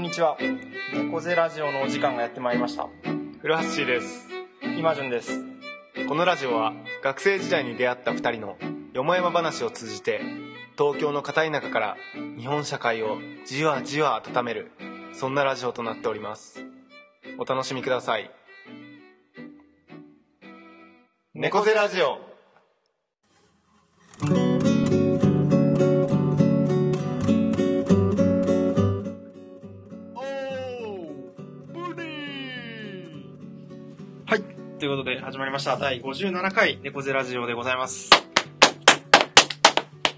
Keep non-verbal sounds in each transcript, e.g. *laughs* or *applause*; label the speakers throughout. Speaker 1: にちは猫背ラジオのお時間がやってまいりました
Speaker 2: 古橋シーです
Speaker 1: 今順です
Speaker 2: このラジオは学生時代に出会った2人のよもやま話を通じて東京の片田舎から日本社会をじわじわ温めるそんなラジオとなっておりますお楽しみください猫背ラジオ
Speaker 1: はいということで始まりました第57回猫背ラジオでございます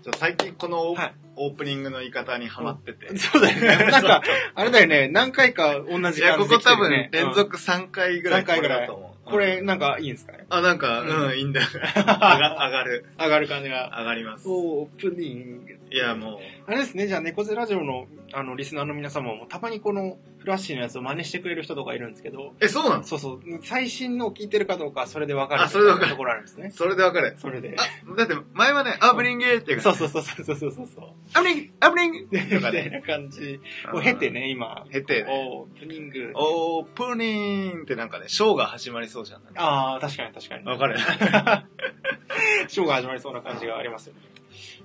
Speaker 3: ちょ最近このオ,、
Speaker 1: はい
Speaker 3: ープニングの言い方にハマっ
Speaker 1: *laughs*
Speaker 3: てて。
Speaker 1: そうだよねなんかあれだよね何回か同
Speaker 3: い
Speaker 1: じ
Speaker 3: や、
Speaker 1: 感
Speaker 3: こ
Speaker 1: じで
Speaker 3: こ
Speaker 1: 来てる
Speaker 3: 多分
Speaker 1: ね
Speaker 3: 連続3回ぐらい
Speaker 1: 3回ぐら
Speaker 3: だ
Speaker 1: い
Speaker 3: と思う。
Speaker 1: こ
Speaker 3: う
Speaker 1: れ
Speaker 3: ん、
Speaker 1: なんかいいんです
Speaker 3: *laughs*
Speaker 1: かね
Speaker 3: あ、なんか、
Speaker 1: うん
Speaker 3: うん、いいんだ。上が上がる。
Speaker 1: 上がる感じが
Speaker 3: 上がります。
Speaker 1: オープニング
Speaker 3: いや、も
Speaker 1: あれですねじゃあ猫背ラジオのあのリスナーの皆様もたまにこのフラッシーのやつを真似してくれる人とかいるんですけど
Speaker 3: う。え、そうなの
Speaker 1: そうそう最新のを聞いてるかどうかはそれで分かる
Speaker 3: あそれで分かる
Speaker 1: ところあるんですね
Speaker 3: それでわかる。
Speaker 1: それで
Speaker 3: あ、だって前はね、アープニングっていう
Speaker 1: そ
Speaker 3: か、
Speaker 1: うそうそうそうそうそうそうそう
Speaker 3: アープニングアープニング
Speaker 1: み
Speaker 3: とか
Speaker 1: たい
Speaker 3: ね。
Speaker 1: な感じを経てね、今。
Speaker 3: 経てね
Speaker 1: オープニング。
Speaker 3: オープニングってなんかね、ショーが始まりそうじゃん。
Speaker 1: ああ、確かに確かに。*laughs*
Speaker 3: わかる
Speaker 1: ショーが始まりそうな感じがありますよね。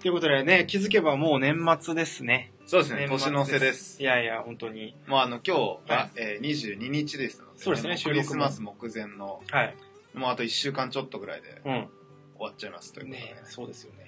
Speaker 1: ということでね、気づけばもう年末ですね。
Speaker 3: そうですね、年の瀬です。。
Speaker 1: いやいや、本当に。
Speaker 3: もうあの、今日
Speaker 1: は
Speaker 3: が、えー、22日ですので、
Speaker 1: そうですね
Speaker 3: も
Speaker 1: 収
Speaker 3: ク
Speaker 1: 録も
Speaker 3: リスマス目前の、
Speaker 1: はい。
Speaker 3: もうあと1週間ちょっとぐらいで
Speaker 1: うん。
Speaker 3: 終わっちゃいますということで。
Speaker 1: ねそうですよね。
Speaker 3: うん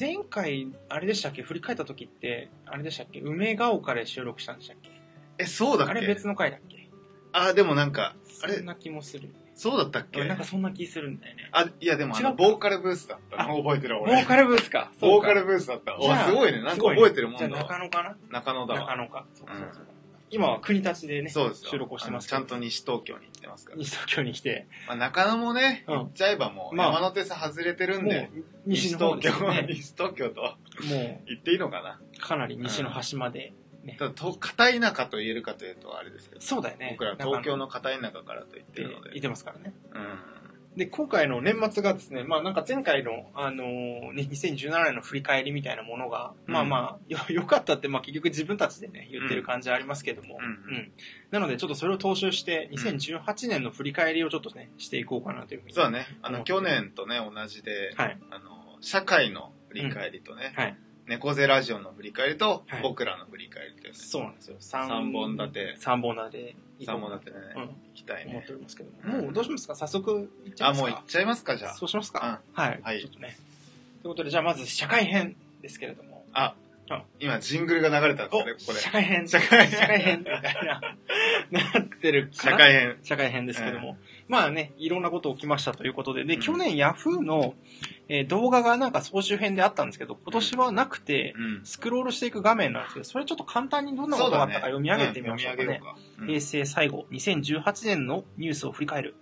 Speaker 1: 前回、あれでしたっけ振り返った時って、あれでしたっけ梅ヶ丘で収録したんでしたっけ
Speaker 3: え、そうだっけ
Speaker 1: あれ別の回だっけ
Speaker 3: あ、でもなんか、あ
Speaker 1: そ
Speaker 3: れ
Speaker 1: ん、な気もする。
Speaker 3: そうだったっけ
Speaker 1: なんかそんな気するんだよね。
Speaker 3: あ、いやでもあ
Speaker 1: 違
Speaker 3: の、
Speaker 1: うか
Speaker 3: ボーカルブースだった
Speaker 1: あ
Speaker 3: の覚えてる
Speaker 1: ボ
Speaker 3: 俺。
Speaker 1: ーカルブースか。そう
Speaker 3: ボー
Speaker 1: か
Speaker 3: カルブースだった。
Speaker 1: じ
Speaker 3: お
Speaker 1: ゃあ
Speaker 3: すごいね。なん
Speaker 1: す
Speaker 3: か
Speaker 1: ごいね
Speaker 3: 覚えてるもん
Speaker 1: じゃ
Speaker 3: だ
Speaker 1: あ中
Speaker 3: わ。
Speaker 1: 野かな
Speaker 3: 中野だ
Speaker 1: 中
Speaker 3: わ。
Speaker 1: 野か。そうそう
Speaker 3: うん
Speaker 1: そう今は国立でね、
Speaker 3: そうですよ
Speaker 1: 収録をしてますけ
Speaker 3: ち
Speaker 1: ど
Speaker 3: ゃんと西東京に行ってますから。
Speaker 1: 西東京に来て、
Speaker 3: まあ、中野もね、
Speaker 1: うん
Speaker 3: 行っちゃえばもう、
Speaker 1: まあ
Speaker 3: 山手線外れてるん
Speaker 1: も
Speaker 3: で、
Speaker 1: う西
Speaker 3: 西
Speaker 1: の方で
Speaker 3: 東京
Speaker 1: す、ね、
Speaker 3: *laughs* 西東京と
Speaker 1: も
Speaker 3: 行っていいのかな。
Speaker 1: うかなり西の端まで、ね
Speaker 3: ただ、と片田舎と言えるかというと、あれですけど、
Speaker 1: そうだよね
Speaker 3: 僕ら東京
Speaker 1: の
Speaker 3: の片田舎からと言ってるの
Speaker 1: でい
Speaker 3: で。
Speaker 1: てますからね
Speaker 3: うん。
Speaker 1: で今回の年末がですねまあなんか前回の、あのーね、2017年の振り返りみたいなものが、
Speaker 3: うん
Speaker 1: まあまあよ *laughs* よかったって、まあ、結局自分たちでね言ってる感じありますけども、
Speaker 3: うん
Speaker 1: なのでちょっとそれを踏襲して2018年の振り返りをちょっとねしていこうかなというふうに
Speaker 3: そうだね。あ
Speaker 1: う
Speaker 3: の、
Speaker 1: ん
Speaker 3: 去年とね、同じで、
Speaker 1: はい
Speaker 3: あの、社会の振り返りとね、
Speaker 1: はい
Speaker 3: 猫背ラジオの振り返りと、
Speaker 1: はい
Speaker 3: 僕らの振り返りというね、
Speaker 1: そうなんですよ
Speaker 3: 三本立て
Speaker 1: 3本立て
Speaker 3: 3本立てでね、
Speaker 1: う
Speaker 3: 行
Speaker 1: ん
Speaker 3: きたい
Speaker 1: 思っ
Speaker 3: ね
Speaker 1: て。おりますけど、
Speaker 3: うん
Speaker 1: もうどうしますか早速いっちゃい
Speaker 3: あ、
Speaker 1: ます
Speaker 3: も
Speaker 1: か
Speaker 3: う行っちゃいますか、じゃあ。
Speaker 1: そうしますか、はい、
Speaker 3: はい
Speaker 1: ちょっとねということでじゃあまず社会編ですけれども
Speaker 3: あ
Speaker 1: あ、
Speaker 3: 今、ジングルが流れたんです
Speaker 1: お
Speaker 3: かね、ここで。
Speaker 1: 社会編
Speaker 3: 社会
Speaker 1: 社会編みたいななってるか
Speaker 3: 社
Speaker 1: な
Speaker 3: 会編。
Speaker 1: 社会編ですけども、まあねいろんなこと起きましたということでで
Speaker 3: うん
Speaker 1: 去年ヤフーの、えー動画がなんか総集編であったんですけど今年はなくて、
Speaker 3: うん。
Speaker 1: スクロールしていく画面なんですけど、それちょっと簡単にどんなことがあったか読み上げてみましょうか
Speaker 3: ん
Speaker 1: ね
Speaker 3: 読。み上げようか。うん
Speaker 1: 平成最後、2018年のニュースを振り返る。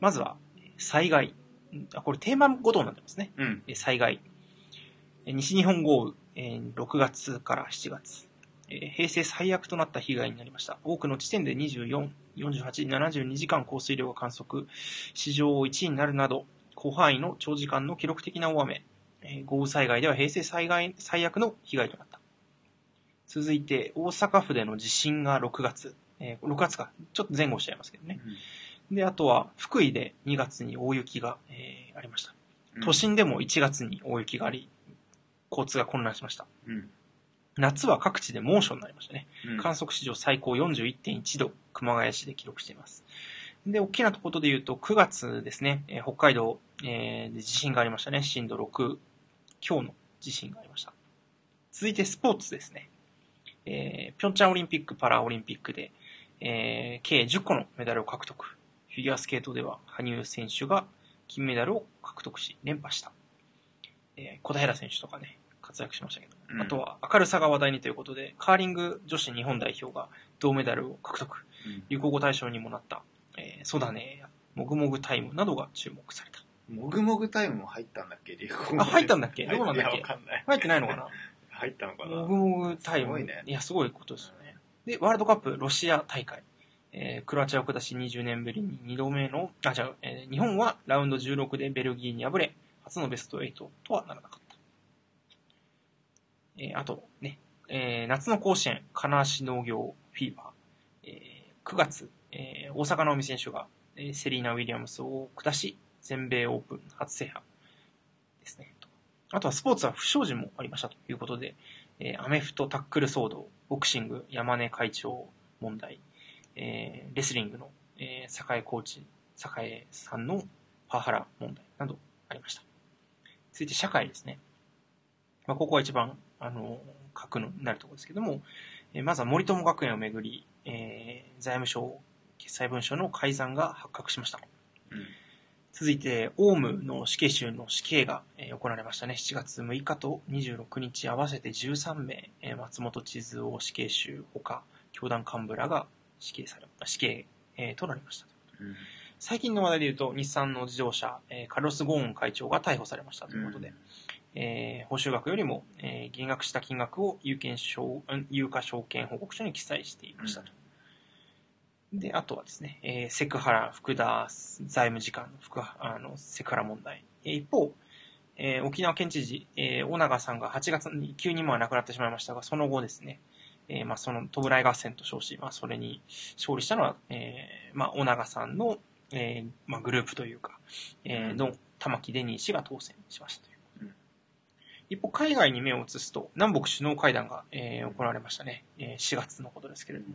Speaker 1: まずは、災害。んあこれテーマごとになってますね。
Speaker 3: うん。
Speaker 1: え災害。え西日本豪雨、えー6月から7月。えー平成最悪となった被害になりました。多くの地点で24、48、72時間降水量が観測、史上1位になるなど、広範囲の長時間の記録的な大雨、えー豪雨災害では平成災害最悪の被害となった。続いて、大阪府での地震が6月、えー6月か、ちょっと前後しちゃいますけどね。で、あとは、福井で2月に大雪が、えーありました。
Speaker 3: うん
Speaker 1: 都。心でも1月に大雪があり、交通が混乱しました。
Speaker 3: うん。
Speaker 1: 夏は各地で猛暑になりましたね。
Speaker 3: うん
Speaker 1: 観測史上最高41.1度、熊谷市で記録しています。で、大きなところで言うと、9月ですね、えー北海道、えーで地震がありましたね。震度6強の地震がありました。続いてスポーツですね。えー、ピョンチャンオリンピック、パラオリンピックで、えー計10個のメダルを獲得。フィギュアスケートでは、羽生選手が金メダルを獲得し、連覇した。えー小平選手とかね、活躍しましたけど。
Speaker 3: うん
Speaker 1: あとは、明るさが話題にということで、カーリング女子日本代表が銅メダルを獲得。流行語大賞にもなった、えー、そうだねや、もぐもぐタイムなどが注目された。
Speaker 3: うんもぐもぐタイムも入ったんだっけ流行
Speaker 1: あ、入った
Speaker 3: ん
Speaker 1: んだっけどうなんだっ
Speaker 3: い
Speaker 1: け
Speaker 3: や、わかんない。
Speaker 1: 入ってないのかな
Speaker 3: 入ったのか
Speaker 1: も
Speaker 3: な
Speaker 1: ぐもぐタイム。
Speaker 3: すごいね
Speaker 1: や、すごいことですよね。で、ワールドカップロシア大会。えークロアチアを下し20年ぶりに2度目の、あ、違う、えー日本はラウンド16でベルギーに敗れ、初のベスト8とはならなかった。えーあとね、えー夏の甲子園金足農業フィーバー、えー9月、えー大坂なおみ選手が、えーセリーナ・ウィリアムスを下し全米オープン初制覇ですねとあとはスポーツは不祥事もありましたということで、えーアメフトタックル騒動ボクシング山根会長問題、えーレスリングの、えー、栄コーチ栄さんのパワハラ問題などありました続いて社会ですね、まあ、ここが一番あの核になるところですけども、えーまずは森友学園をめぐり、えー財務省決裁文書の改ざんが発覚しました続いて、オウムの死刑囚の死刑が、えー行われましたね。7月6日と26日合わせて13名、えー松本智津夫死刑囚ほか、教団幹部らが死刑され、死刑、えーとなりました。
Speaker 3: うん
Speaker 1: 最近の話題で言うと、日産の自動車、えーカルロス・ゴーン会長が逮捕されましたということで、えー報酬額よりも、えー減額した金額を有権証うん有価証券報告書に記載していましたと。で、あとはですね、えーセクハラ、福田財務次官の福はあのセクハラ問題。えー一方、えー沖縄県知事、えー、尾長さんが8月に急にまあ亡くなってしまいましたが、その後ですね、えーまあ、その弔い合戦と称し、まあ、それに勝利したのは、えーまあ、尾長さんの、えーまあ、グループというか、えーの玉城デニー氏が当選しましたという
Speaker 3: うん
Speaker 1: 一方、海外に目を移すと、南北首脳会談が、えー行われましたね、えー4月のことですけれども。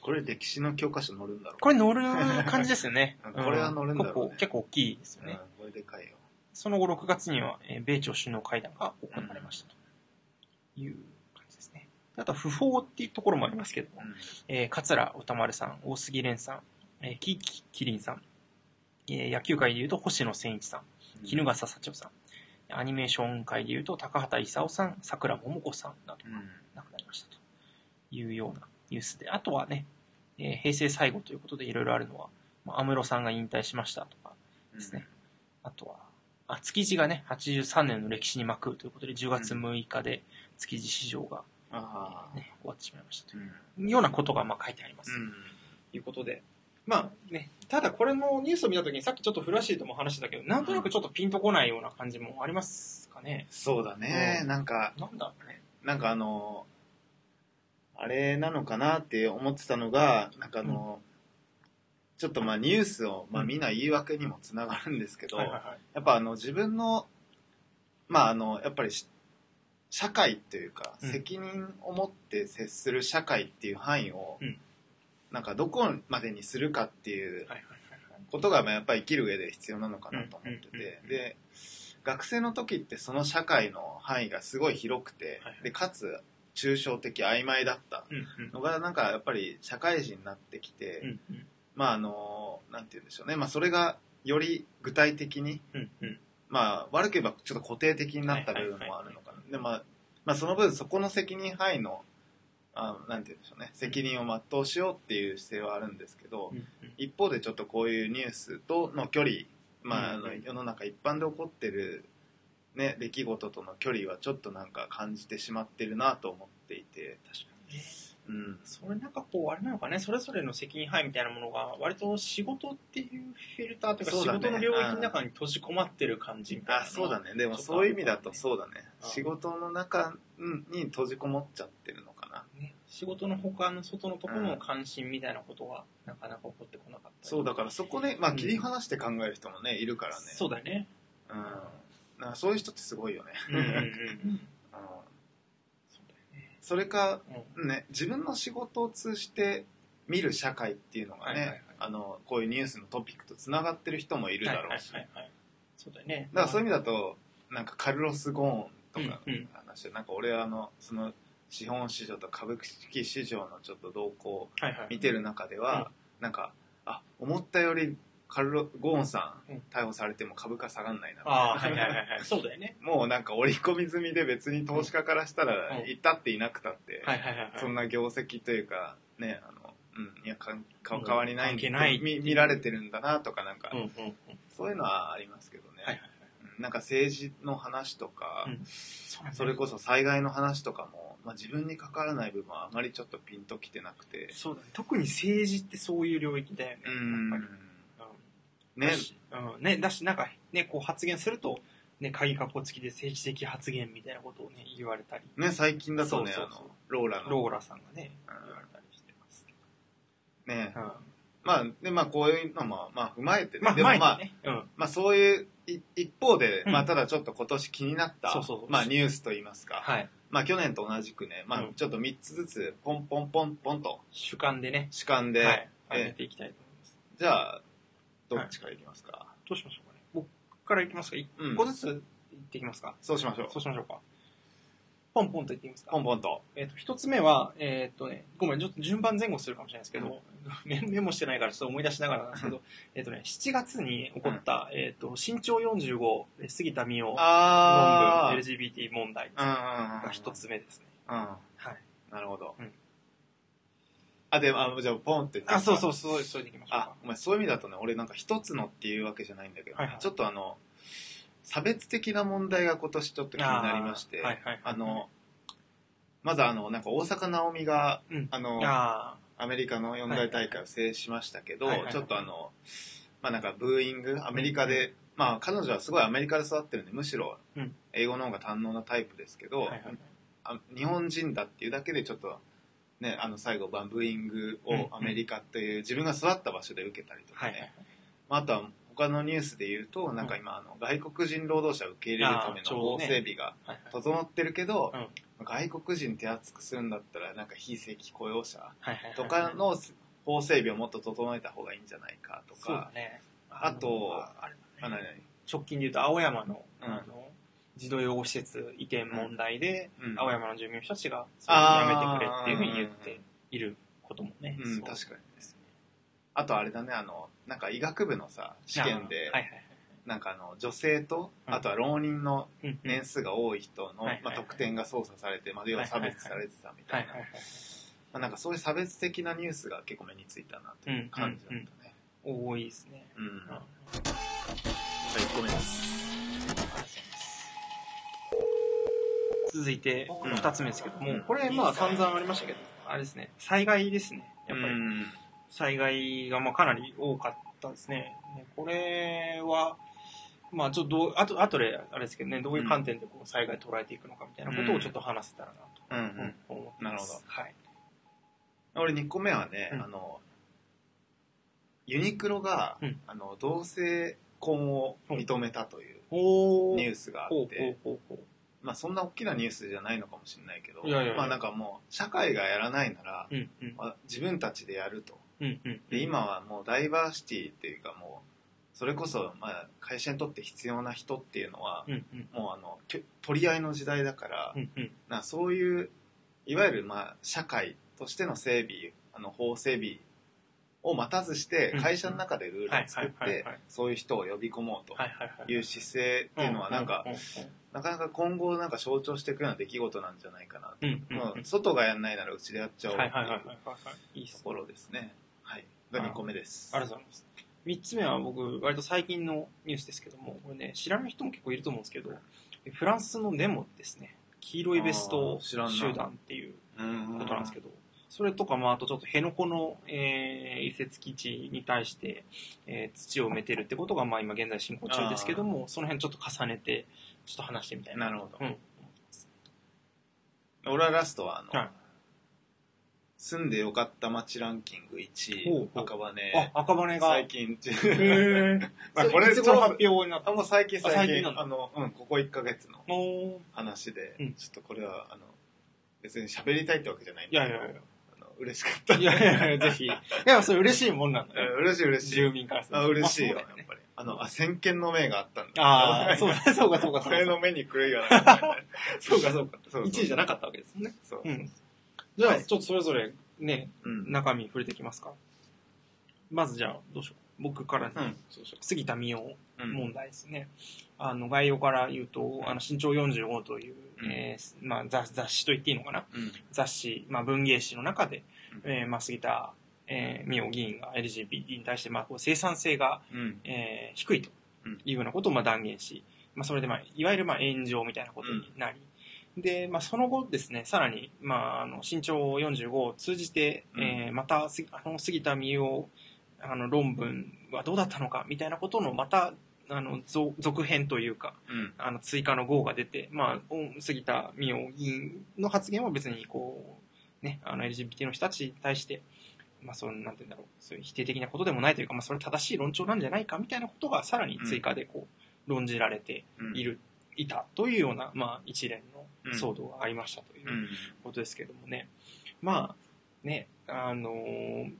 Speaker 3: これ歴史の教科書載るんだろう。
Speaker 1: これ乗る感じですよね
Speaker 3: これは乗るんだろ *laughs* うね
Speaker 1: うん結構結構大きいですよね。
Speaker 3: うんこれでかいよ
Speaker 1: その後6月には、えー米朝首脳会談が行われましたという感じですね。あとは不法っていうところもありますけども、えー桂歌丸さん、大杉蓮さん、えー、キキキリンさん、えー野球界でいうと星野千一さん、衣笠社長さん、アニメーション界でいうと高畑勲さん、桜桃子さんなど
Speaker 3: うん
Speaker 1: 亡くなりましたというようなニュースで、あとはね、えー平成最後ということでいろいろあるのは、まあ安室さんが引退しましたとかですね、あとは、あ築地がね、83年の歴史に幕をということで、10月6日で築地市場が、
Speaker 3: ああ
Speaker 1: ね、終わってしまいましたと
Speaker 3: うん
Speaker 1: いうようなことがまあ書いてあります。ということで、まあね、ただこれのニュースを見たときに、さっきちょっとフラッシーとも話してたけど、なんとなくちょっとピンとこないような感じもありますかね。
Speaker 3: そうだね
Speaker 1: うん
Speaker 3: なんか
Speaker 1: なんだろうね。
Speaker 3: なんかあのあれなのかなって思ってたのがなんかあのちょっとまあニュースをまあ
Speaker 1: うん
Speaker 3: みんな言い訳にもつながるんですけど
Speaker 1: はいはいはい
Speaker 3: やっぱあの自分のまああのやっぱりし社会というか、
Speaker 1: うん
Speaker 3: 責任を持って接する社会っていう範囲を、
Speaker 1: うん
Speaker 3: なんかどこまでにするかってい
Speaker 1: はいはい
Speaker 3: う
Speaker 1: はいはい
Speaker 3: ことがまあやっぱり生きる上で必要なのかなと思って
Speaker 1: うんうんうん
Speaker 3: て
Speaker 1: うん
Speaker 3: で学生の時ってその社会の範囲がすごい広くて
Speaker 1: はいはい
Speaker 3: でかつ抽象的曖昧だった
Speaker 1: うんうん
Speaker 3: のがなんかやっぱり社会人になってきて、
Speaker 1: うんうん
Speaker 3: まああのなんて言うんでしょうね、まあ、それがより具体的に
Speaker 1: うんうん
Speaker 3: まあ、悪く言えばちょっと固定的になった部分もあるのかな。で、まあ、まあ、その分そこの責任範囲の、あなんて言うんでしょうね、責任を全うしようっていう姿勢はあるんですけど、
Speaker 1: うんうん
Speaker 3: 一方でちょっとこういうニュースとの距離、まあ、あ
Speaker 1: うん
Speaker 3: の世の中一般で起こってる、ね、出来事との距離はちょっとなんか感じてしまってるなと思っていて、
Speaker 1: 確かにね
Speaker 3: うん。
Speaker 1: それなんかこうあれなのかねそれぞれの責任範囲みたいなものが割と仕事っていうフィルターというか
Speaker 3: そう
Speaker 1: 仕
Speaker 3: だ
Speaker 1: 事
Speaker 3: ね
Speaker 1: の領域の中に閉じこまってる感じみたいな
Speaker 3: あ、そうだね。でもそういう意味だとそうだね。
Speaker 1: うん
Speaker 3: 仕事の中うんに閉じこもっちゃってるのかな。
Speaker 1: ね仕事の他の外のところの関心みたいなことがなかなか起こってこなかったり
Speaker 3: そうだからそこで、まあ、
Speaker 1: うん
Speaker 3: 切り離して考える人もね、いるからね
Speaker 1: そうだね
Speaker 3: うん、なんか *laughs* そういう人ってすごいよね、
Speaker 1: うんうんうん
Speaker 3: うん
Speaker 1: そうだよね
Speaker 3: それか、
Speaker 1: うん
Speaker 3: ね、自分の仕事を通じて見る社会っていうの
Speaker 1: は
Speaker 3: がね、
Speaker 1: いはいはい
Speaker 3: あのこういうニュースのトピックとつながってる人もいるだろうし、
Speaker 1: はいはいはいはいそうだよね
Speaker 3: だからそういう意味だとなんかカルロス・ゴーンとか
Speaker 1: うんう
Speaker 3: の
Speaker 1: ん
Speaker 3: 話で、なんか俺はあのその資本市場と株式市場のちょっと動向
Speaker 1: はいはい
Speaker 3: 見てる中では、なんかあ思ったよりカルロゴーンさん、
Speaker 1: うん
Speaker 3: 逮捕されても株価下がんないな
Speaker 1: ああはいはいはいはいそうだよね
Speaker 3: もうなんか織り込み済みで別に投資家からしたら
Speaker 1: うん
Speaker 3: いたっていなくたって、
Speaker 1: はいはいはいはい
Speaker 3: そんな業績というかねあのうんいやかん顔変わりない,、
Speaker 1: 関係ない
Speaker 3: み見られてるんだなとかなんか、
Speaker 1: うんうんうん
Speaker 3: そういうのはありますけどね、
Speaker 1: はいはいはい
Speaker 3: うんなんか政治の話とか、
Speaker 1: うんそうなんだよね
Speaker 3: それこそ災害の話とかも、まあ、自分に関わらない部分はあまりちょっとピンときてなくて
Speaker 1: そうだね特に政治ってそういう領域だよね
Speaker 3: うん
Speaker 1: やっぱりうん
Speaker 3: ね
Speaker 1: だしうんね、だしなんか、ね、こう発言するとね、鍵括弧付きで政治的発言みたいなことをね、言われたり、
Speaker 3: ね、最近だとね、
Speaker 1: そうそうそう
Speaker 3: あの、ローラの。
Speaker 1: ローラさんがね、
Speaker 3: うん
Speaker 1: 言われたりしてますけど。
Speaker 3: ね。
Speaker 1: うん
Speaker 3: まあ、で、まあ、こういうのも、まあ、踏まえてね、
Speaker 1: まあ、
Speaker 3: でも
Speaker 1: 前
Speaker 3: まあ
Speaker 1: に、ね、うん。
Speaker 3: まあ、そういうい一方で、
Speaker 1: うん
Speaker 3: まあ、ただちょっと今年気になった、
Speaker 1: そうそう
Speaker 3: まあ、ニュースといいますか、
Speaker 1: はい。
Speaker 3: まあ、去年と同じくね、まあ
Speaker 1: う、ん
Speaker 3: ちょっと3つずつ、ポンポンポンポンと
Speaker 1: 主観でね、
Speaker 3: 主観で、
Speaker 1: はい。
Speaker 3: ええ
Speaker 1: 上げていきたいと思います。
Speaker 3: じゃあ、どっちからいきますか。
Speaker 1: どうしましょうかね。僕からいきますか。一
Speaker 3: うん
Speaker 1: 個ずついっていきますか。
Speaker 3: そうしましょう
Speaker 1: そ。うしましょうか。ポンポンといっていきますか
Speaker 3: ポ。ンポンと。
Speaker 1: えっ、と、一つ目は、えっ、とね、ごめん、ちょっと順番前後するかもしれないですけど、 *laughs* メメモしてないからちょっと思い出しながらなんですけど、えっとね、7月に起こった、えっ、と、身長45、えー杉田美代、
Speaker 3: あ
Speaker 1: 論文、
Speaker 3: ー。
Speaker 1: LGBT 問題
Speaker 3: うんうん
Speaker 1: が
Speaker 3: うんうん。
Speaker 1: 一。つ目ですね。
Speaker 3: うん。
Speaker 1: はい。
Speaker 3: なるほど。
Speaker 1: うん
Speaker 3: あ、で、あ、じゃあ、ポンって言っていい
Speaker 1: あ、
Speaker 3: ですか
Speaker 1: そうそう、そう、そうでいきましょう
Speaker 3: あ
Speaker 1: か。、
Speaker 3: お前そういう意味だとね、俺なんか一つのっていうわけじゃないんだけど、
Speaker 1: はいはい
Speaker 3: ちょっとあの、差別的な問題が今年ちょっと気になりまして、
Speaker 1: あーはいはいはい
Speaker 3: あの、まずあの、なんか大坂なおみが、
Speaker 1: うん
Speaker 3: あの、
Speaker 1: あ
Speaker 3: アメリカの四大大会を制しましたけど、
Speaker 1: はいはいはい
Speaker 3: ちょっとあの、まあなんかブーイング、アメリカで、まあ彼女はすごいアメリカで育ってるんで、むしろ
Speaker 1: うん
Speaker 3: 英語の方が堪能なタイプですけど、
Speaker 1: ーはいはい
Speaker 3: あ日本人だっていうだけでちょっと、ね、あの最後バンブーイング
Speaker 1: うん
Speaker 3: をアメリカっていう自分が育った場所で受けたりとか
Speaker 1: は
Speaker 3: ね、
Speaker 1: いはい。
Speaker 3: まあ、あとは他のニュースで言うとなんか今あの外国人労働者を受け入れるため
Speaker 1: あーちょう
Speaker 3: の
Speaker 1: ど
Speaker 3: 法
Speaker 1: ね
Speaker 3: 整備が
Speaker 1: はいはい。
Speaker 3: 整ってるけど、外国人手厚くするんだったらなんか非正規雇用者
Speaker 1: はいはいはい
Speaker 3: とか、の法整備をもっと整えた方がいいんじゃないかと
Speaker 1: そうだ
Speaker 3: か、
Speaker 1: ね。
Speaker 3: あと
Speaker 1: あれ
Speaker 3: あ
Speaker 1: だね
Speaker 3: の
Speaker 1: 直近で言うと青山の,、
Speaker 3: うん
Speaker 1: あの児童養護施設移転問題で、
Speaker 3: うん
Speaker 1: 青山の住民の人たちがそれをや
Speaker 3: あー
Speaker 1: めてくれっていうふうに言っていることもね、
Speaker 3: うん
Speaker 1: そう
Speaker 3: 確かに
Speaker 1: ですね
Speaker 3: あとあれだねあのなんか医学部のさ試験
Speaker 1: は
Speaker 3: で
Speaker 1: いはいはい
Speaker 3: なんかあの女性と、
Speaker 1: うん
Speaker 3: あとは浪人の
Speaker 1: うんうん
Speaker 3: 年数が多い人の、
Speaker 1: はいはい
Speaker 3: まあ、得点が操作されて、まあ、要は差別されてたみた
Speaker 1: はい
Speaker 3: い
Speaker 1: は
Speaker 3: な、
Speaker 1: いはい
Speaker 3: まあ、なんかそういう差別的なニュースが結構目についたなという感じだったね。
Speaker 1: 多いですね、
Speaker 3: うん。
Speaker 1: うん
Speaker 3: はい、1個目です。
Speaker 1: 続いて
Speaker 3: うん
Speaker 1: 2つ目ですけども、
Speaker 3: うん
Speaker 1: これまあ散々ありましたけどあれですね災害ですねやっぱり、
Speaker 3: うん
Speaker 1: 災害がまあかなり多かったですね。ねこれは、まあちょっとどう、あと、あとで、あれですけどね、どういう観点でこう災害捉えていくのかみたいなことをちょっと話せたらなと
Speaker 3: うんう
Speaker 1: 思
Speaker 3: ん。
Speaker 1: 思ってます。はい。
Speaker 3: 俺2個目はね、
Speaker 1: うん
Speaker 3: あの、ユニクロが、
Speaker 1: うん
Speaker 3: あの同性婚を認めたという
Speaker 1: お
Speaker 3: ニュー
Speaker 1: ス
Speaker 3: スがあ
Speaker 1: ほ
Speaker 3: っ
Speaker 1: う
Speaker 3: て、
Speaker 1: ほうほうほ
Speaker 3: まあそんな大きなニュースじゃないのかもしれないけど、
Speaker 1: いやいやいや
Speaker 3: まあなんかもう、社会がやらないなら、
Speaker 1: う。うんうん。
Speaker 3: まあ自分たちでやると。
Speaker 1: うんうん。
Speaker 3: で今はもうダイバーシティっていうかもうそれこそまあ会社にとって必要な人っていうのは
Speaker 1: うんうん。
Speaker 3: もうあのきょ取り合いの時代だから
Speaker 1: うんうん。
Speaker 3: なそういういわゆるまあ社会としての整備あの法整備を待たずして
Speaker 1: うん
Speaker 3: 会社の中でルールを作っ
Speaker 1: はいはい
Speaker 3: て
Speaker 1: はいはい
Speaker 3: そういう人を呼び込もうと
Speaker 1: はいはいはい。
Speaker 3: いう姿勢っていうのはなんか
Speaker 1: うん
Speaker 3: なかなか今後なんか象徴していくような出来事なんじゃないかな
Speaker 1: うんうん。うんうん
Speaker 3: も
Speaker 1: うん
Speaker 3: う外がやんないならうちでやっちゃおうって
Speaker 1: はいいはいはいはいは
Speaker 3: う
Speaker 1: い。いいっす
Speaker 3: と
Speaker 1: ね。
Speaker 3: ころですねはいが2個目です
Speaker 1: ありがとうございます。三つ目は僕、割と最近のニュースですけども、これね、知らない人も結構いると思うんですけど、フランスのネモですね、黄色いベスト
Speaker 3: あー知らんな
Speaker 1: 集団っていう
Speaker 3: うん
Speaker 1: ことなんですけど、それとか、まあ、あとちょっと辺野古の、えー移設基地に対して、えー土を埋めてるってことが、まあ、今現在進行中ですけども、その辺ちょっと重ねて、ちょっと話してみたいな。
Speaker 3: なるほど
Speaker 1: うん。
Speaker 3: 俺はラストはあの、
Speaker 1: はい
Speaker 3: 住んでよかった街ランキング1
Speaker 1: ほう
Speaker 3: 位
Speaker 1: ほう
Speaker 3: 赤羽、
Speaker 1: あ、赤羽が、
Speaker 3: 最
Speaker 1: *laughs*
Speaker 3: 近
Speaker 1: へー
Speaker 3: まあ
Speaker 1: こ
Speaker 3: こ
Speaker 1: れ、
Speaker 3: れ
Speaker 1: いつ頃発表になった
Speaker 3: あもう最近
Speaker 1: あ
Speaker 3: 最
Speaker 1: 最
Speaker 3: 近
Speaker 1: 近なの
Speaker 3: あの、うん、ここ1ヶ月の
Speaker 1: のい
Speaker 3: 話で、
Speaker 1: うん
Speaker 3: ちょっとこれはあの別に喋りたいってわけじゃないん
Speaker 1: や
Speaker 3: だけ
Speaker 1: い
Speaker 3: ど
Speaker 1: やいや。
Speaker 3: あの嬉しかった
Speaker 1: いやいやいや、ぜひ。いや、それ嬉しいもんなんだ
Speaker 3: う
Speaker 1: ね。
Speaker 3: ん嬉しい嬉しい
Speaker 1: 住民からすると
Speaker 3: あ嬉しいよ、
Speaker 1: まあ
Speaker 3: やっぱりあのあ先見の明があったんだ
Speaker 1: ああ、そうだ、そうか、そうか、
Speaker 3: こ
Speaker 1: そう
Speaker 3: れ
Speaker 1: か。
Speaker 3: の目に狂いがなかった
Speaker 1: そうか、そうか。
Speaker 3: *laughs* そう
Speaker 1: 1位じゃなかったわけですね。
Speaker 3: そう、
Speaker 1: うん。じゃあ、
Speaker 3: はい
Speaker 1: ちょっとそれぞれ、ね、
Speaker 3: うん
Speaker 1: 中身触れていきますか。まずじゃあ、どうしよう。僕からですね、
Speaker 3: うん
Speaker 1: そうしよう杉田美代
Speaker 3: うん
Speaker 1: 問題ですね。あの、概要から言うと、あの、身長45という、
Speaker 3: うん
Speaker 1: えーまあ雑、雑誌と言っていいのかな。
Speaker 3: うん
Speaker 1: 雑誌、まあ、文芸誌の中で、
Speaker 3: うん
Speaker 1: えーまあ、杉田、えー、美代議員が LGBT に対して、まあ、こう生産性が
Speaker 3: うん
Speaker 1: えー低いと
Speaker 3: うん
Speaker 1: いうようなことをまあ断言し、まあ、それで、まあ、いわゆるまあ炎上みたいなことになり、でまあ、その後ですねさらに、まあ、あの身長45を通じて、
Speaker 3: うん
Speaker 1: えーまたすあの杉田水脈あの論文はどうだったのかみたいなことのまたあのぞ続編というか
Speaker 3: うん
Speaker 1: あの追加の号が出て、まあ、お杉田水脈議員の発言は別にこう、ね、あの LGBT の人たちに対して、まあ、そのなんて言うんだろうそういう否定的なことでもないというか、まあ、それは正しい論調なんじゃないかみたいなことがさらに追加でこう論じられて
Speaker 3: うん
Speaker 1: いる、いたというような、まあ、一連の
Speaker 3: うん
Speaker 1: 騒動がありましたという。
Speaker 3: うん
Speaker 1: ことですけどもね、まあ、ね、あのー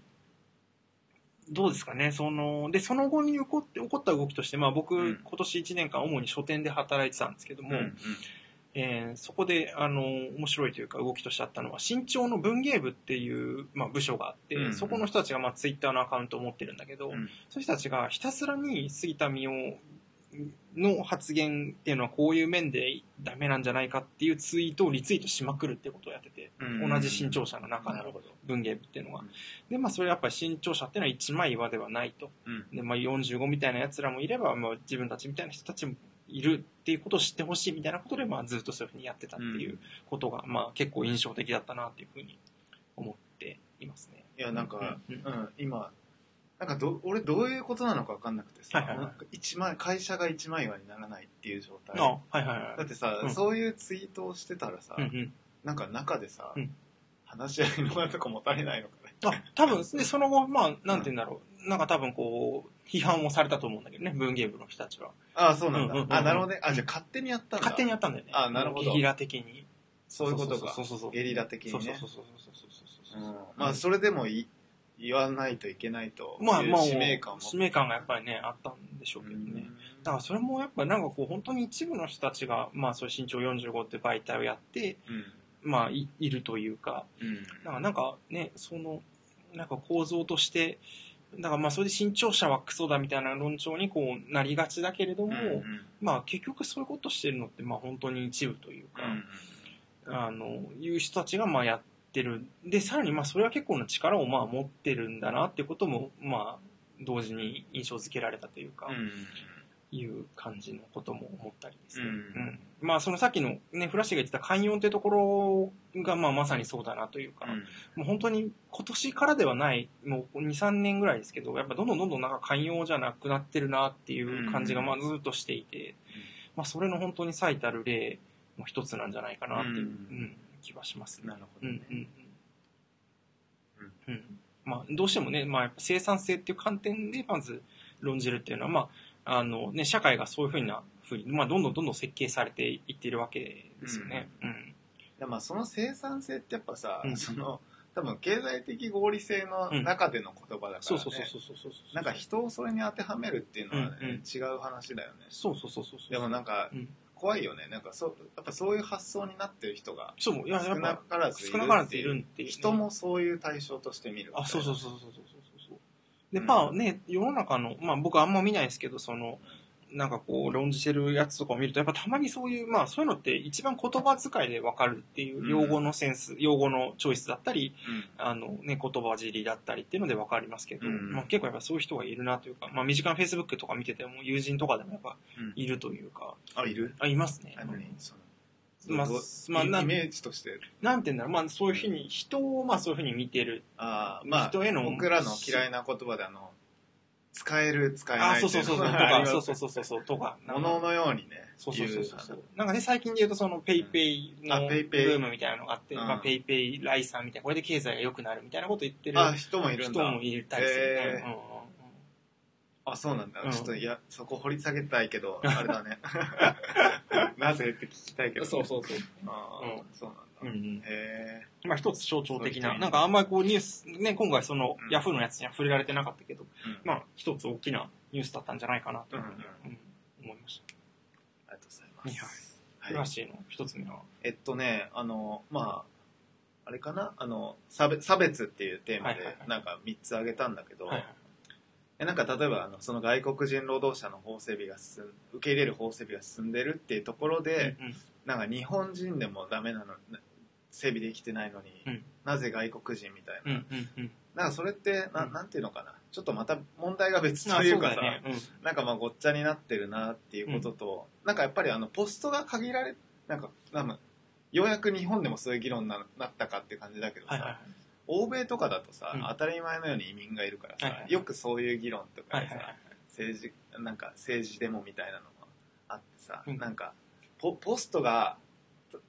Speaker 1: どうですかね、その、で、その後に起こって起こった動きとして、まあ僕、
Speaker 3: うん
Speaker 1: 今年1年間主に書店で働いてたんですけども、
Speaker 3: うんうん
Speaker 1: えーそこで、あのー面白いというか動きとしてあったのは、新潮の文芸部っていう、まあ、部署があって、
Speaker 3: うん
Speaker 1: そこの人たちが、まあ、ツイッターのアカウントを持ってるんだけど、
Speaker 3: うん
Speaker 1: そういう人たちがひたすらに杉田水脈の発言っていうのはこういう面でダメなんじゃないかっていうツイートをリツイートしまくるってことをやってて、
Speaker 3: うん
Speaker 1: 同じ新潮社の中
Speaker 3: なる
Speaker 1: の
Speaker 3: ほど
Speaker 1: 文芸部っていうのが
Speaker 3: うん。
Speaker 1: で、まあ、それはやっぱり新潮社っていうのは一枚岩ではないと。
Speaker 3: うん
Speaker 1: で、まあ、45みたいな奴らもいれば、まあ、自分たちみたいな人たちもいるっていうことを知ってほしいみたいなことで、まあ、ずっとそういうふうにやってたっていうことが、まあ、結構印象的だったなっていうふうに思っていますね。
Speaker 3: いやなんか、
Speaker 1: う
Speaker 3: うんん今なんかど俺どういうことなのか分かんなくてさ、
Speaker 1: はいはいはい
Speaker 3: なんか一枚会社が一枚岩にならないっていう状態
Speaker 1: あ、はいはいは
Speaker 3: だ
Speaker 1: い
Speaker 3: ってさ、
Speaker 1: うん
Speaker 3: そういうツイートをしてたらさ、。
Speaker 1: うんうん。
Speaker 3: なんか中でさ、
Speaker 1: うん
Speaker 3: 話し合いの場とか持たれないのかね
Speaker 1: あ、多分、で、その後、まあ、なんて言うんだろう。なんか多分こう、批判をされたと思うんだけどね、文芸部の人たちは。
Speaker 3: ああそうな
Speaker 1: う
Speaker 3: んだ、
Speaker 1: んうんうんうん
Speaker 3: あなるほどねあじゃあ勝手にやったんだ
Speaker 1: 勝手にやったんだよね。
Speaker 3: あなるほど
Speaker 1: ゲリラ的に。
Speaker 3: そういうことか
Speaker 1: そうそうそうそう。
Speaker 3: ゲリラ的にね
Speaker 1: そうそうそうそうそうそうそうそう
Speaker 3: うんまあそれでもい言わないといけないと
Speaker 1: まあ
Speaker 3: いう
Speaker 1: まあ
Speaker 3: 使命感を
Speaker 1: 使命感がやっぱりねあったんでしょうけどね、
Speaker 3: うん
Speaker 1: だからそれもやっぱなんかこう本当に一部の人たちがまあそういう身長45っていう媒体をやって
Speaker 3: うん
Speaker 1: まあいいるというか
Speaker 3: うん
Speaker 1: だからなんかねそのなんか構造としてだからまあそれで身長者はクソだみたいな論調にこうなりがちだけれども、
Speaker 3: うんうん
Speaker 1: まあ結局そういうことしてるのってまあ本当に一部というか、あのいう人たちがまあやってるでさらにまあそれは結構な力をまあ持ってるんだなってこともまあ同時に印象付けられたというか、
Speaker 3: うん
Speaker 1: いう感じのことも思ったりです
Speaker 3: う
Speaker 1: ね、うん
Speaker 3: ん
Speaker 1: まあそのさっきのねフラッシュが言ってた寛容ってところがまあまさにそうだなというか、
Speaker 3: うん
Speaker 1: もう本当に今年からではないもう23年ぐらいですけどやっぱどんどんどんどんなんか寛容じゃなくなってるなっていう感じが
Speaker 3: うん
Speaker 1: まあずっとしていて、まあ、それの本当に最たる例の一つなんじゃないかなっていう、
Speaker 3: うん
Speaker 1: うん気はしますね
Speaker 3: なるほ
Speaker 1: う
Speaker 3: ど
Speaker 1: ん
Speaker 3: ね
Speaker 1: うんうんうんまあ、どうしてもね、まあ、やっぱ生産性っていう観点でまず論じるっていうのは、まああのね、社会がそういうふうなふうに、まあ、どんどんどんどん設計されていってるわけですよね。うん
Speaker 3: でまあその生産性ってやっぱさ、
Speaker 1: うん
Speaker 3: その多分経済的合理性の中での言葉だからね、
Speaker 1: そうそうそうそうそうそう
Speaker 3: なんか人をそれに当てはめるっていうのは、ね
Speaker 1: うんうん
Speaker 3: 違う話だよね
Speaker 1: そうそうそうそうそう
Speaker 3: でもなんか
Speaker 1: うん
Speaker 3: 怖いよねなんかそうやっぱそういう発想になってる人が
Speaker 1: そういやや
Speaker 3: 少
Speaker 1: っ
Speaker 3: な
Speaker 1: ぱ
Speaker 3: からずいる
Speaker 1: 少なからずいるんっていうね
Speaker 3: 人もそういう対象として見る
Speaker 1: あそうそう
Speaker 3: う
Speaker 1: そうそうそうそうそうそうで
Speaker 3: うん
Speaker 1: まあね世の中のまあ僕あんま見ないですけどそのなんかこう論じてるやつとかを見るとやっぱたまにそういうまあそういうのって一番言葉遣いでわかるっていううん用語のセンス、用語のチョイスだったり
Speaker 3: うん
Speaker 1: あのね言葉尻だったりっていうのでわかりますけど、
Speaker 3: うん
Speaker 1: まあ、結構やっぱそういう人がいるなというかまあ身近なフェイスブックとか見てても友人とかでもやっぱ
Speaker 3: うん
Speaker 1: いるというか
Speaker 3: あいる
Speaker 1: あいますね
Speaker 3: あのねその
Speaker 1: まあ
Speaker 3: どう
Speaker 1: まあなん
Speaker 3: イメージとして
Speaker 1: なんていうんだろうまあそういうふうに人をまあそういうふうに見てる
Speaker 3: ああまあ
Speaker 1: 人への
Speaker 3: 僕らの嫌いな言葉であの使える使え
Speaker 1: あ
Speaker 3: ない
Speaker 1: そうそうそうそうと
Speaker 3: *laughs* あり
Speaker 1: か
Speaker 3: ます
Speaker 1: そうそうそうそうそうとかなんか
Speaker 3: 物のようにね
Speaker 1: そうそうそうそうそ
Speaker 3: 言
Speaker 1: う。なんかね、最近で言うと、その、ペイペイの
Speaker 3: あ
Speaker 1: ブ
Speaker 3: ペイペイ
Speaker 1: ームみたいなのがあって、
Speaker 3: うん
Speaker 1: まあ、ペイペイライさんみたいな、これで経済が良くなるみたいなこと言ってる
Speaker 3: あ人もいるんだ
Speaker 1: 人もいたりするね。
Speaker 3: へーあそうなんだ、
Speaker 1: うん
Speaker 3: ちょっといやそこ掘り下げたい
Speaker 1: *laughs*
Speaker 3: けどあれだね *laughs* なぜって聞きたいけ
Speaker 1: うん
Speaker 3: ど
Speaker 1: う
Speaker 3: ね、
Speaker 1: んそうそうそう。
Speaker 3: あーそうなんだ、
Speaker 1: うんうん、
Speaker 3: へ
Speaker 1: まあ一つ象徴的
Speaker 3: そういう人い
Speaker 1: な、
Speaker 3: る
Speaker 1: なんかあんまりこうニュース、ね、今回その
Speaker 3: うん
Speaker 1: ヤフーのやつには触れられてなかったけど、
Speaker 3: え、うん
Speaker 1: まあ一つ大きなニュースだったんじゃないかなと、
Speaker 3: う
Speaker 1: うんん
Speaker 3: うん
Speaker 1: 思いまし
Speaker 3: ありがとうございます、
Speaker 1: た。フラ
Speaker 3: は
Speaker 1: ッ
Speaker 3: い、
Speaker 1: シーの一つ目は。
Speaker 3: えっとねあのまああれかなあの差別差別っていうテーマ
Speaker 1: はいはい
Speaker 3: で
Speaker 1: はい
Speaker 3: なんか3つ挙げたんだけど、
Speaker 1: はいはい
Speaker 3: えなんか例えばあのその外国人労働者の法整備が進ん受け入れる法整備が進んでるっていうところで、
Speaker 1: うんうん
Speaker 3: なんか日本人でもダメなのな整備できてないのに、
Speaker 1: うん
Speaker 3: なぜ外国人みたいな、
Speaker 1: うんうんうん。
Speaker 3: なんかそれってな
Speaker 1: うん
Speaker 3: なんていうのかなちょっとまた問題が別
Speaker 1: あ
Speaker 3: というかさ
Speaker 1: そだよね
Speaker 3: なんかまあごっちゃになってるなっていうことと、なんかやっぱりあのポストが限られなんかなんかようやく日本でもそういう議論にななったかって感じだけど
Speaker 1: は
Speaker 3: さ、
Speaker 1: いはいはい。
Speaker 3: 欧米とかだとさ、
Speaker 1: うん
Speaker 3: 当たり前のように移民がいるからさ、
Speaker 1: はいはいはい
Speaker 3: よくそういう議論とか
Speaker 1: はい
Speaker 3: で
Speaker 1: は
Speaker 3: さ、
Speaker 1: いはい。
Speaker 3: 政治なんか政治デモみたいなのがあってさ、
Speaker 1: うん
Speaker 3: なんかポポストが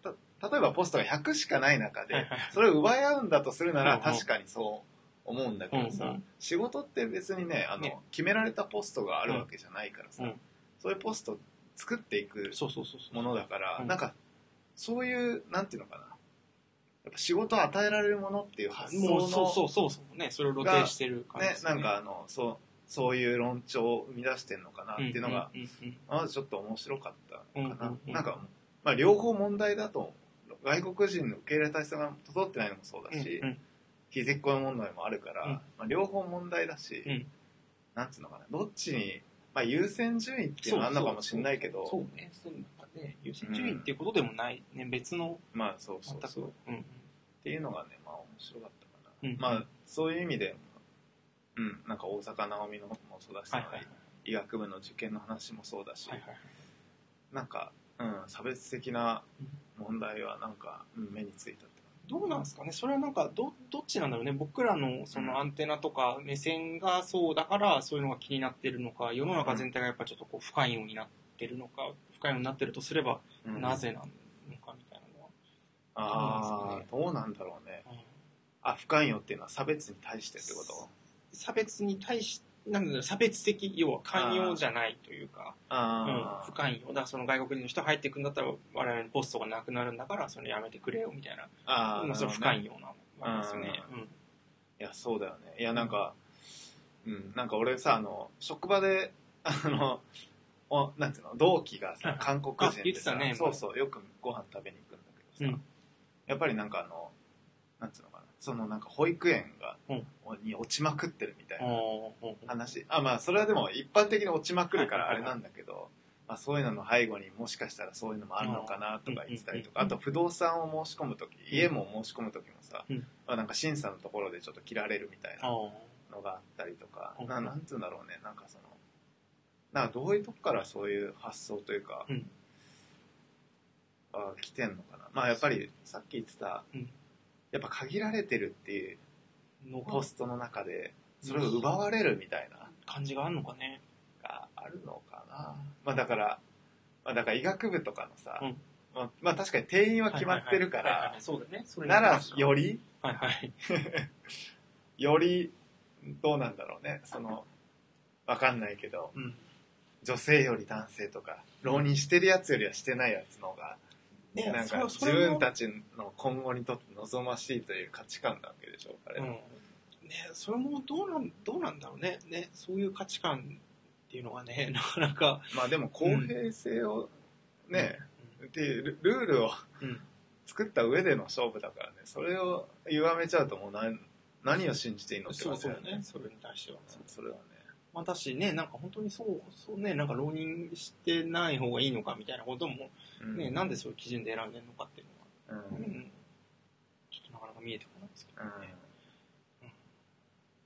Speaker 3: たた例えばポストが100しかない中で、
Speaker 1: はいはい
Speaker 3: それを奪い合うんだとするな
Speaker 1: う
Speaker 3: ら
Speaker 1: んうん
Speaker 3: 確かにそう思うんだけどさ、
Speaker 1: うんうん
Speaker 3: 仕事って別にねあの
Speaker 1: ね
Speaker 3: 決められたポストがあるわけじゃないからさ、
Speaker 1: うん
Speaker 3: そういうポスト作っていく
Speaker 1: そうそうそうそう。
Speaker 3: ものだから、
Speaker 1: うん
Speaker 3: なんかそういうなんていうのかなやっぱ仕事を与えられるものっていう発想の
Speaker 1: もうそうそうそうそうね、それを露呈してる感じ
Speaker 3: ね
Speaker 1: です
Speaker 3: な
Speaker 1: よ
Speaker 3: んかあのそうそういう論調を生み出してんのかなっていうのが、
Speaker 1: うんうんうん
Speaker 3: まずちょっと面白かったか
Speaker 1: う
Speaker 3: な、
Speaker 1: んうんうん
Speaker 3: なんか、まあ、両方問題だと思う外国人の受け入れ体制が整ってないのもそうだ
Speaker 1: うん
Speaker 3: し、
Speaker 1: うんうん
Speaker 3: 非絶交問題もあるから、
Speaker 1: うん
Speaker 3: まあ、両方問題だし、
Speaker 1: うん
Speaker 3: なんつうのかなどっちに、まあ、優先順位っていうのはあるのかもしれないけど
Speaker 1: そうね、そうなんかね、優先順位っていうことでもない、ね、別の、
Speaker 3: まあそうそ
Speaker 1: 全
Speaker 3: う
Speaker 1: く、
Speaker 3: そうっ
Speaker 1: うん
Speaker 3: ていうのがねまあ面白かったかな、
Speaker 1: うん
Speaker 3: まあそういう意味でうんなんか大阪なおみのもそうだし、
Speaker 1: はいはいはい
Speaker 3: 医学部の受験の話もそうだし、
Speaker 1: はいはい。
Speaker 3: なんか、うん、差別的な問題はなんか、うん目についたって
Speaker 1: どうなんですかね、それはなんかど、どっちなんだろうね、僕らのそ
Speaker 3: うん
Speaker 1: のアンテナとか目線がそうだから、そういうのが気になってるのか、世の中全体がやっぱちょっとこう、不寛容になってるのか、不寛容になってるとすれば、
Speaker 3: うん
Speaker 1: なぜなのかみたいなのは。
Speaker 3: ああどうなんだろうね
Speaker 1: うん
Speaker 3: あ不寛容っていうのは差別に対してってこと
Speaker 1: 差別に対し、なんだろう、差別的、要は寛容じゃないというか、うん
Speaker 3: あ
Speaker 1: 不寛容だからその外国人の人入ってくんだったら我々のポストがなくなるんだからそれやめてくれよみたいな
Speaker 3: あああ
Speaker 1: まあそれ不
Speaker 3: なるほどね
Speaker 1: 寛容なわけですよね
Speaker 3: いやそうだよねいやなんかうんなんか俺さあの職場で *laughs* あのおなんていうの同期が
Speaker 1: はい
Speaker 3: さ
Speaker 1: はい
Speaker 3: 韓国人
Speaker 1: あ言
Speaker 3: で
Speaker 1: って
Speaker 3: さ、
Speaker 1: たね
Speaker 3: そうそうよくご飯食べに行くんだけ
Speaker 1: う
Speaker 3: ど
Speaker 1: ん
Speaker 3: さ、やっぱりなんかあのなんていうのかなそのなんか保育園が、
Speaker 1: うん
Speaker 3: に落ちまくってるみたいな
Speaker 1: うんうん
Speaker 3: 話あまあそれはでも一般的に落ちまくるからあれなんだけど、まあ、そういうのの背後にもしかしたらそういうのもあるのかなとか言ってたりとか
Speaker 1: うん
Speaker 3: あと不動産を申し込む時家も申し込む時もさ、
Speaker 1: うん
Speaker 3: まあ、なんか審査のところでちょっと切られるみたい
Speaker 1: あ
Speaker 3: な
Speaker 1: ー
Speaker 3: のがあったりとか
Speaker 1: うん
Speaker 3: ななんつうんだろうねなんかそのなんかどういうとこからそういう発想というか、
Speaker 1: うん
Speaker 3: あ来てんのかなまあやっぱりさっき言ってた、
Speaker 1: うん
Speaker 3: やっぱ限られてるっていう
Speaker 1: のが
Speaker 3: ポストの中でそれを奪われるみたいな。
Speaker 1: 感じがあるのかね
Speaker 3: があるのかな、まあ、だから、まあ、だから医学部とかのさ、
Speaker 1: うん
Speaker 3: まあ、まあ確かに定員は決まってるか
Speaker 1: はいはいはい
Speaker 3: ら
Speaker 1: はいそうだねそれに
Speaker 3: なら
Speaker 1: 関しては
Speaker 3: より
Speaker 1: はいはい
Speaker 3: よりどうなんだろうねそのわかんないけど
Speaker 1: うん
Speaker 3: 女性より男性とか浪人してるやつよりはしてないやつの方が、
Speaker 1: ね
Speaker 3: なん
Speaker 1: そ
Speaker 3: か
Speaker 1: れはそ
Speaker 3: 自
Speaker 1: れも
Speaker 3: 分たちの今後にとって望ましいという価値観なわけでしょうから、
Speaker 1: うんねそれもどうなんどうなんだろうねねそういう価値観っていうのがねな *laughs* かなか
Speaker 3: まあでも公平性をね、っていうルルールを
Speaker 1: うん
Speaker 3: 作った上での勝負だからねそれを歪めちゃうともう何何を信じていいのって
Speaker 1: そう
Speaker 3: 感じ
Speaker 1: そ
Speaker 3: だ
Speaker 1: う
Speaker 3: よ
Speaker 1: ね
Speaker 3: ね
Speaker 1: それに対しては
Speaker 3: そそれはね
Speaker 1: またしね、なんか本当にそう、そうね、なんか浪人してない方がいいのかみたいなことも、
Speaker 3: うん
Speaker 1: ね、なんでそういう基準で選んでるのかっていうの
Speaker 3: うん、
Speaker 1: は、
Speaker 3: う
Speaker 1: うんん、ちょっとなかなか見えてこないですけどね。
Speaker 3: いやい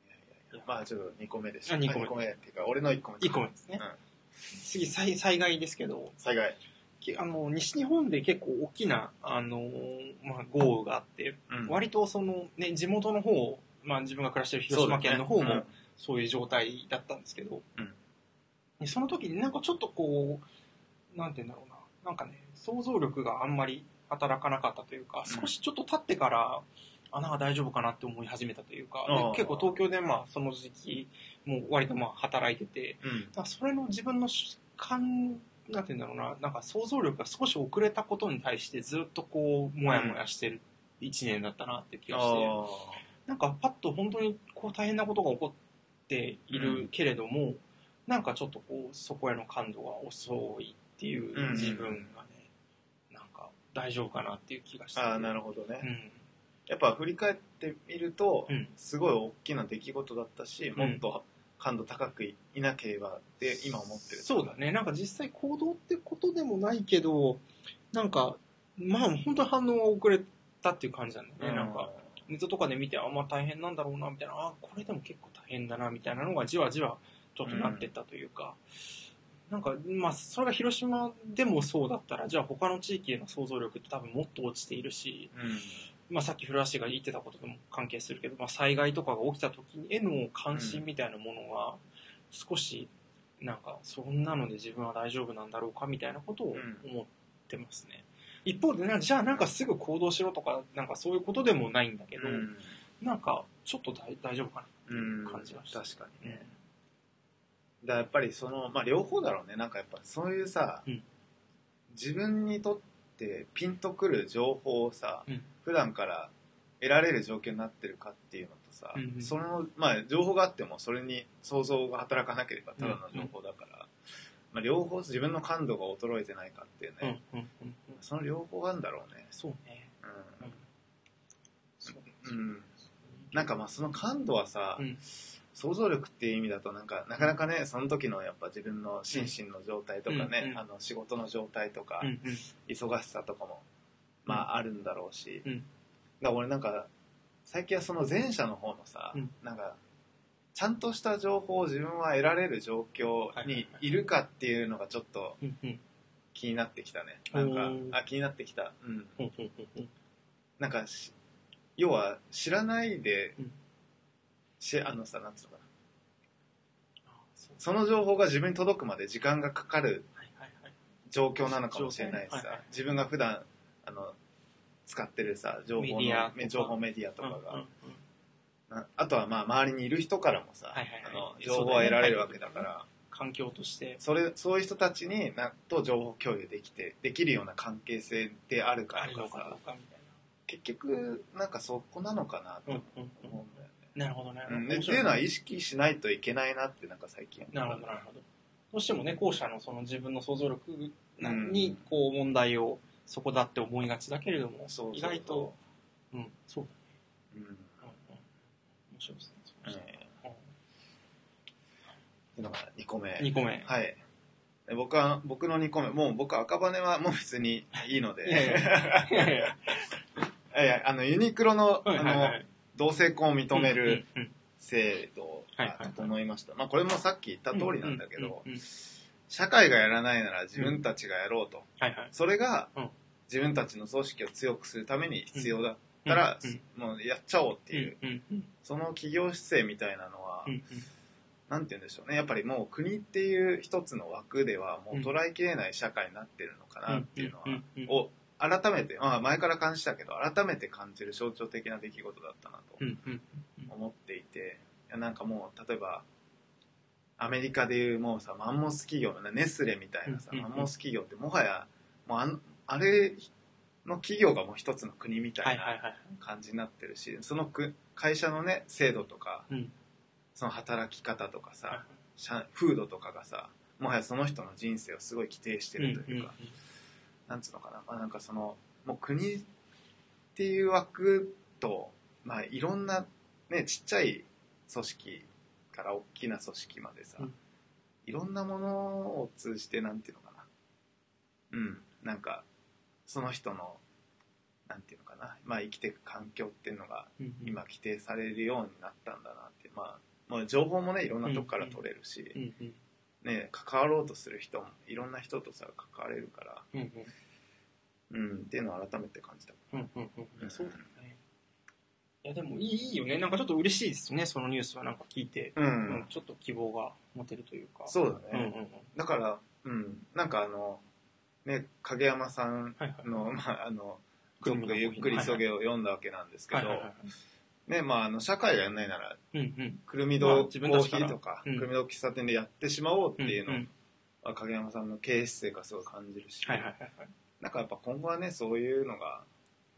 Speaker 3: やいやまあちょっと2個目でした
Speaker 1: あ二個目
Speaker 3: 二っていうか俺の1個目
Speaker 1: 1個目ですね。
Speaker 3: うん
Speaker 1: 次災、災害ですけど、
Speaker 3: 災害
Speaker 1: きあの、西日本で結構大きな、あのー、まあ、豪雨があって、
Speaker 3: うん
Speaker 1: 割とその、ね、地元の方、まあ、自分が暮らしてる広島県の方
Speaker 3: そうだ
Speaker 1: も
Speaker 3: ね、
Speaker 1: そういう状態だったんですけど、
Speaker 3: うん
Speaker 1: でその時になんかちょっとこう、なんて言うんだろうな、なんかね、想像力があんまり働かなかったというか、
Speaker 3: うん
Speaker 1: 少しちょっと経ってから、あ、なんか大丈夫かなって思い始めたというか、で
Speaker 3: ああ
Speaker 1: 結構東京でまあその時期、もう割とまあ働いてて、
Speaker 3: うんうん
Speaker 1: だからそれの自分の主観なんて言うんだろうななんか想像力が少し遅れたことに対してずっとこうモヤモヤしてる1年だったなって気がして、
Speaker 3: あ
Speaker 1: なんかパッと本当にこう大変なことが起こっているけれども、なんかちょっとこうそこへの感度が遅いっていう自分がね、なんか大丈夫かなっていう気がして
Speaker 3: ーあーなるほどね、
Speaker 1: うん
Speaker 3: やっぱ振り返ってみると、
Speaker 1: うん
Speaker 3: すごい大きな出来事だったし、
Speaker 1: ん
Speaker 3: もっと感度高くいいなければって今思ってる
Speaker 1: そうだねなんか実際行動ってことでもないけどなんかまあ本当に反応が遅れたっていう感じなんだよね、なんかネットとかで見てあまあ大変なんだろうなみたいなあこれでも結構大変だなみたいなのがじわじわちょっとなってったというか、なんかまあそれが広島でもそうだったらじゃあ他の地域への想像力って多分もっと落ちているし、
Speaker 3: うん
Speaker 1: まあ、さっき古橋が言ってたこととも関係するけど、まあ、災害とかが起きた時への関心みたいなものが少しなんかそんなので自分は大丈夫なんだろうかみたいなことを思ってますね、一方でなじゃあなんかすぐ行動しろとかなんかそういうことでもないんだけど、なんかちょっと大大丈夫か
Speaker 3: うん
Speaker 1: 感じました
Speaker 3: 確かに
Speaker 1: な、
Speaker 3: ね、だからやっぱりその、まあ、両方だろうねなんかやっぱそういうさ、
Speaker 1: うん
Speaker 3: 自分にとってピンとくる情報をさ、
Speaker 1: うん
Speaker 3: 普段から得られる状況になってるかっていうのとさ、
Speaker 1: うんうん
Speaker 3: そのまあ情報があってもそれに想像が働かなければただの情報だから、まあ、両方自分の感度が衰えてないかっていうね、
Speaker 1: うんうんうんうん
Speaker 3: その両方なんだろうね、
Speaker 1: そうね
Speaker 3: う
Speaker 1: うん
Speaker 3: ん
Speaker 1: そうね
Speaker 3: うんなんかまあその感度はさ、
Speaker 1: うん
Speaker 3: 想像力っていう意味だとなんかなかなかねその時のやっぱ自分の心身の状態とかね、
Speaker 1: うんうん
Speaker 3: あの仕事の状態とか、
Speaker 1: うんうん
Speaker 3: 忙しさとかもまああるんだろうし、
Speaker 1: うん
Speaker 3: だから俺なんか最近はその前者の方のさ、
Speaker 1: うん
Speaker 3: なんかちゃんとした情報を自分は得られる状況にいるかっていうのがちょっと
Speaker 1: うんうん
Speaker 3: 気になってきたね、
Speaker 1: はい
Speaker 3: なんかあ気になってきたうん
Speaker 1: うんうんうんうん
Speaker 3: なんかし要は知らないで、
Speaker 1: うん
Speaker 3: しあのさなんつうのかな
Speaker 1: あそう
Speaker 3: その情報が自分に届くまで時間がかかる
Speaker 1: はいはいはい
Speaker 3: 状況なのかもしれないしさ、
Speaker 1: はいはい
Speaker 3: 自分が普段あの使ってるさ情報の
Speaker 1: メディアとか
Speaker 3: め情報メディアとかが、
Speaker 1: うんうんうん
Speaker 3: なあとはまあ周りにいる人からもさ、
Speaker 1: はいはいはい
Speaker 3: あの情報は得られるわけだから
Speaker 1: 環境として
Speaker 3: そ,、れそういう人たちになと情報共有できてできるような関係性であるか
Speaker 1: あ
Speaker 3: と
Speaker 1: る
Speaker 3: か
Speaker 1: の
Speaker 3: さ
Speaker 1: かどうかみたい
Speaker 3: 結局なんかそこなのかなと
Speaker 1: な
Speaker 3: 思
Speaker 1: うんうんんうん
Speaker 3: うだよね、
Speaker 1: なるほどね
Speaker 3: うん、で
Speaker 1: 面
Speaker 3: って
Speaker 1: 白
Speaker 3: い
Speaker 1: いう
Speaker 3: のは意識しないといけないなってなんか最近
Speaker 1: なるほどなるほどどうしてもね後者のその自分の想像力な
Speaker 3: うん
Speaker 1: にこう問題をそこだって思いがちだけれども
Speaker 3: そうそうそう
Speaker 1: 意外と、うん、そうだ
Speaker 3: うん
Speaker 1: ね、うんうん、面白いですね
Speaker 3: う
Speaker 1: そう
Speaker 3: ん
Speaker 1: ですね
Speaker 3: ってのが2個目
Speaker 1: うん2個目、
Speaker 3: はいで僕は僕の2個目もう僕赤羽はもう別にいいので
Speaker 1: いやいやいやいや
Speaker 3: いやいやあのユニクロ
Speaker 1: は
Speaker 3: の,、
Speaker 1: いはいは
Speaker 3: あの
Speaker 1: い
Speaker 3: 同性婚を認める
Speaker 1: うんうん
Speaker 3: 制度
Speaker 1: はい
Speaker 3: が
Speaker 1: はいはい
Speaker 3: 整いました、まあ、これもさっき言った
Speaker 1: うん
Speaker 3: 通りなんだけど、
Speaker 1: うんうんうん
Speaker 3: 社会がやらないなら自分たちがやろうと、
Speaker 1: はいはい
Speaker 3: それが
Speaker 1: うん
Speaker 3: 自分たちの組織を強くするために必要だったら、
Speaker 1: うんうん
Speaker 3: もうやっちゃおうっていう、
Speaker 1: うんうん
Speaker 3: その企業姿勢みたいなのは、
Speaker 1: うんうん
Speaker 3: なんて言うんでしょうねやっぱりもう国っていう一つの枠ではもう捉えきれない社会になってるのかなっていうのは、
Speaker 1: んんん
Speaker 3: を改めて、まあ、前から感じたけど改めて感じる象徴的な出来事だったなと
Speaker 1: うんうん
Speaker 3: 思っていて、いやなんかもう例えばアメリカでいうもうさマンモス企業のねネスレみたいなさ、
Speaker 1: うんうんうん
Speaker 3: マンモス企業ってもはやもうあんあれの企業がもう一つの国みた
Speaker 1: はいいはい
Speaker 3: な
Speaker 1: はい
Speaker 3: 感じになってるし、そのく会社のね制度とか
Speaker 1: うん
Speaker 3: その働き方とかさ、
Speaker 1: は
Speaker 3: 社風土とかがさもはやその人の人生をすごい規定してるというか、なんつうのかな、まあ、なんかそのもう国っていう枠と、まあ、いろんな、ね、ちっちゃい組織から大きな組織までさ、
Speaker 1: うん
Speaker 3: いろんなものを通じてなんていうのかなうんなんかその人のなんていうのかな、まあ、生きていく環境っていうのが
Speaker 1: うんうん
Speaker 3: 今規定されるようになったんだなって、まあ、もう情報もねいろんなとこから取れるし、
Speaker 1: うんうん
Speaker 3: ね、関わろうとする人もいろんな人とさ関われるから、
Speaker 1: うんうん
Speaker 3: うん、っていうのを改めて感じた、
Speaker 1: うんうんうんうん、そうだよね。いや、でもいいいいよね。なんかちょっと嬉しいですね、そのニュースは。なんか聞いて、
Speaker 3: うん
Speaker 1: うんちょっと希望が持てるというか。う
Speaker 3: そうだ
Speaker 1: んうん
Speaker 3: ね、
Speaker 1: うん。
Speaker 3: だから、うん、なんかあの、ね、影山さん
Speaker 1: はいはい。
Speaker 3: の「 *laughs* まあ、あの
Speaker 1: ク
Speaker 3: ク
Speaker 1: ロ
Speaker 3: ロ
Speaker 1: ムの
Speaker 3: ッ
Speaker 1: コ
Speaker 3: ク
Speaker 1: ーヒー
Speaker 3: ゆっくりそげ」を読んだわけなんですけ
Speaker 1: はい
Speaker 3: ど、
Speaker 1: はいはい。
Speaker 3: ねまあ、あの社会がやんないなら
Speaker 1: うんうん。
Speaker 3: くるみ
Speaker 1: まあ
Speaker 3: 堂コ
Speaker 1: 自分た
Speaker 3: ー
Speaker 1: ち
Speaker 3: ヒ
Speaker 1: から
Speaker 3: ーとか、
Speaker 1: うん
Speaker 3: くるみ堂喫茶店でやってしまおうっていうの
Speaker 1: んん
Speaker 3: は影山さんの経営姿勢がすごい感じるし、
Speaker 1: はいはいはいはい。
Speaker 3: なんかやっぱ今後はねそういうのが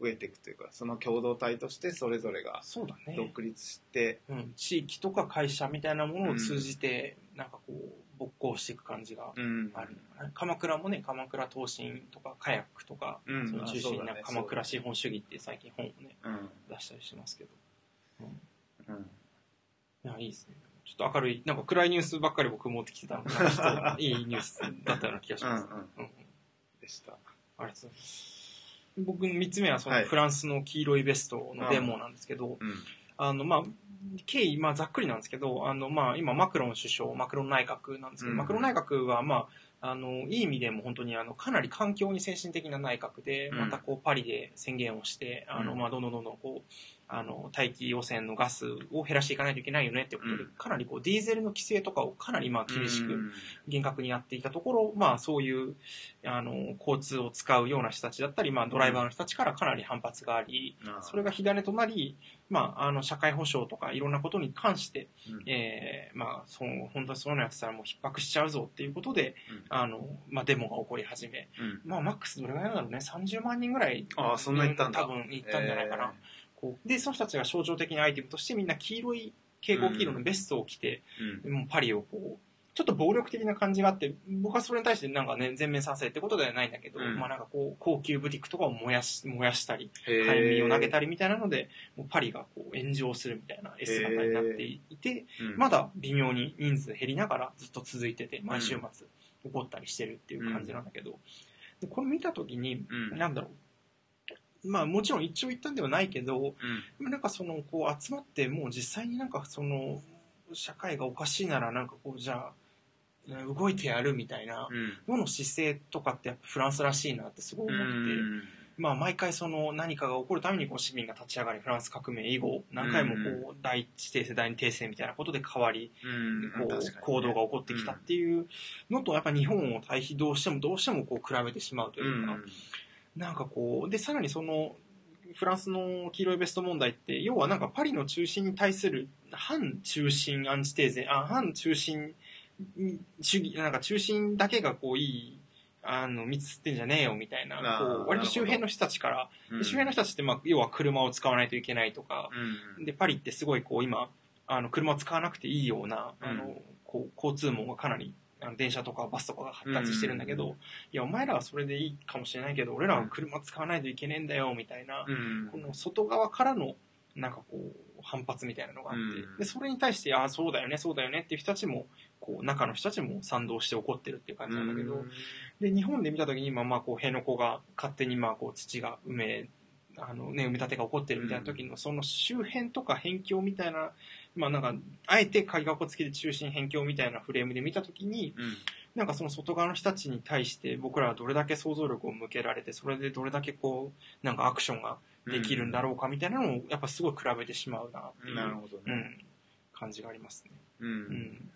Speaker 3: 増えていくというかその共同体としてそれぞれが
Speaker 1: そうだね。
Speaker 3: 独立して、
Speaker 1: うん、地域とか会社みたいなものを通じて、なんかこう、没効していく感じが
Speaker 3: うん
Speaker 1: あるのかな。鎌倉もね、鎌倉東進とか、カヤックとか、
Speaker 3: うん
Speaker 1: その中心な
Speaker 3: あそうだね
Speaker 1: 鎌倉資本主義って最近本をね、
Speaker 3: うん
Speaker 1: 出したりしてますけど。
Speaker 3: うん
Speaker 1: いや、いいですね。ちょっと明るい、なんか暗いニュースばっかり僕持ってきてた
Speaker 3: *laughs*
Speaker 1: のかな、ちょっといいニュースだったような気がし
Speaker 3: うん
Speaker 1: ます。
Speaker 3: うん
Speaker 1: うんうん、
Speaker 3: でした
Speaker 1: ありがとうございます。僕の3つ目はその
Speaker 3: はい
Speaker 1: フランスの黄色いベストのデモなんですけど、
Speaker 3: うん
Speaker 1: あのまあ経緯、まあ、ざっくりなんですけどあの、まあ、今マクロン首相マクロン内閣なんですけど、
Speaker 3: うん
Speaker 1: マクロン内閣は、まあ、あのいい意味でも本当にあのかなり環境に先進的な内閣で、
Speaker 3: うん
Speaker 1: またこうパリで宣言をして、あの
Speaker 3: うん
Speaker 1: まあ、どんどんどんどんこうあの大気汚染のガスを減らしていかないといけないよねってことで、
Speaker 3: うん
Speaker 1: かなりこうディーゼルの規制とかをかなりまあ厳しく、
Speaker 3: うん
Speaker 1: 厳格にやっていたところ、まあ、そういうあの交通を使うような人たちだったり、まあ、ドライバーの人たちからかなり反発があり、
Speaker 3: あー
Speaker 1: それが火種となり、まあ、あの社会保障とかいろんなことに関して、
Speaker 3: うん
Speaker 1: えーまあ、その本当にそういうのやってたらもう逼迫しちゃうぞっていうことで、
Speaker 3: うん
Speaker 1: あのまあ、デモが起こり始め、
Speaker 3: うん
Speaker 1: まあ、マックスどれぐらいなんだろうね30万人ぐらい
Speaker 3: あーそんな行ったんだ
Speaker 1: 多分行ったんじゃないかな、こうでその人たちが象徴的なアイテムとしてみんな黄色い蛍光黄色のベストを着て、
Speaker 3: うん
Speaker 1: もうパリをこう、ちょっと暴力的な感じがあって、僕はそれに対してなんかね、全面賛成ってことではないんだけど、
Speaker 3: うん
Speaker 1: まあなんかこう、高級ブティックとかを燃やし、燃やしたり、
Speaker 3: へー
Speaker 1: 海民を投げたりみたいなので、もうパリがこう炎上するみたいな S 型になっていて、
Speaker 3: うん
Speaker 1: まだ微妙に人数減りながらずっと続いてて、毎週末起こったりしてるっていう感じなんだけど、でこれ見たときに、
Speaker 3: うん
Speaker 1: なんだろう、まあもちろん一長一短ではないけど、
Speaker 3: うん
Speaker 1: でもなんかそのこう集まってもう実際になんかその社会がおかしいならなんかこうじゃあね動いてやるみたいな
Speaker 3: うん
Speaker 1: のの姿勢とかってやっぱフランスらしいなってすごい思って、
Speaker 3: うん
Speaker 1: まあ毎回その何かが起こるためにこう市民が立ち上がりフランス革命以後何回もこう第一帝政第二帝政みたいなことで変わり
Speaker 3: う
Speaker 1: こ
Speaker 3: ん確かにね
Speaker 1: う行動が起こってきたっていうのとやっぱ日本を対比どうしてもどうしてもこう比べてしまうと
Speaker 3: う
Speaker 1: いうんか。なんかこう、で、さらにその、フランスの黄色いベスト問題って、要はなんかパリの中心に対する反中心アンチテーゼ、あ、反中心主義、なんか中心だけがこういい、あの、蜜吸ってんじゃねえよみたいな、
Speaker 3: あー
Speaker 1: こう割と周辺の人たちから、で周辺の人たちってまあ、要は車を使わないといけないとか、
Speaker 3: うん
Speaker 1: でパリってすごいこう今あの車を使わなくていいようなあの、
Speaker 3: うん
Speaker 1: こう交通網がかなりあの電車とかバスとかが発達してるんだけど、
Speaker 3: うん
Speaker 1: いやお前らはそれでいいかもしれないけど俺らは車使わないといけねえんだよみたいな、
Speaker 3: うん
Speaker 1: この外側からのなんかこう反発みたいなのがあって、
Speaker 3: うん
Speaker 1: でそれに対してああそうだよねそうだよねっていう人たちもこう中の人たちも賛同して怒ってるっていう感じなんだけど、で日本で見た時に今まあこう辺野古が勝手にまあこう土が埋めあのね、埋め立てが起こってるみたいな時の、その周辺とか辺境みたいな、まあなんか、あえて鍵括付きで中心辺境みたいなフレームで見た時に、
Speaker 3: うん
Speaker 1: なんかその外側の人たちに対して僕らはどれだけ想像力を向けられて、それでどれだけこう、なんかアクションができるんだろうかみたいなのを、やっぱすごい比べてしまうなっていう、
Speaker 3: なるほど
Speaker 1: う
Speaker 3: ね
Speaker 1: ん、感じがありますね。
Speaker 3: うん
Speaker 1: うん。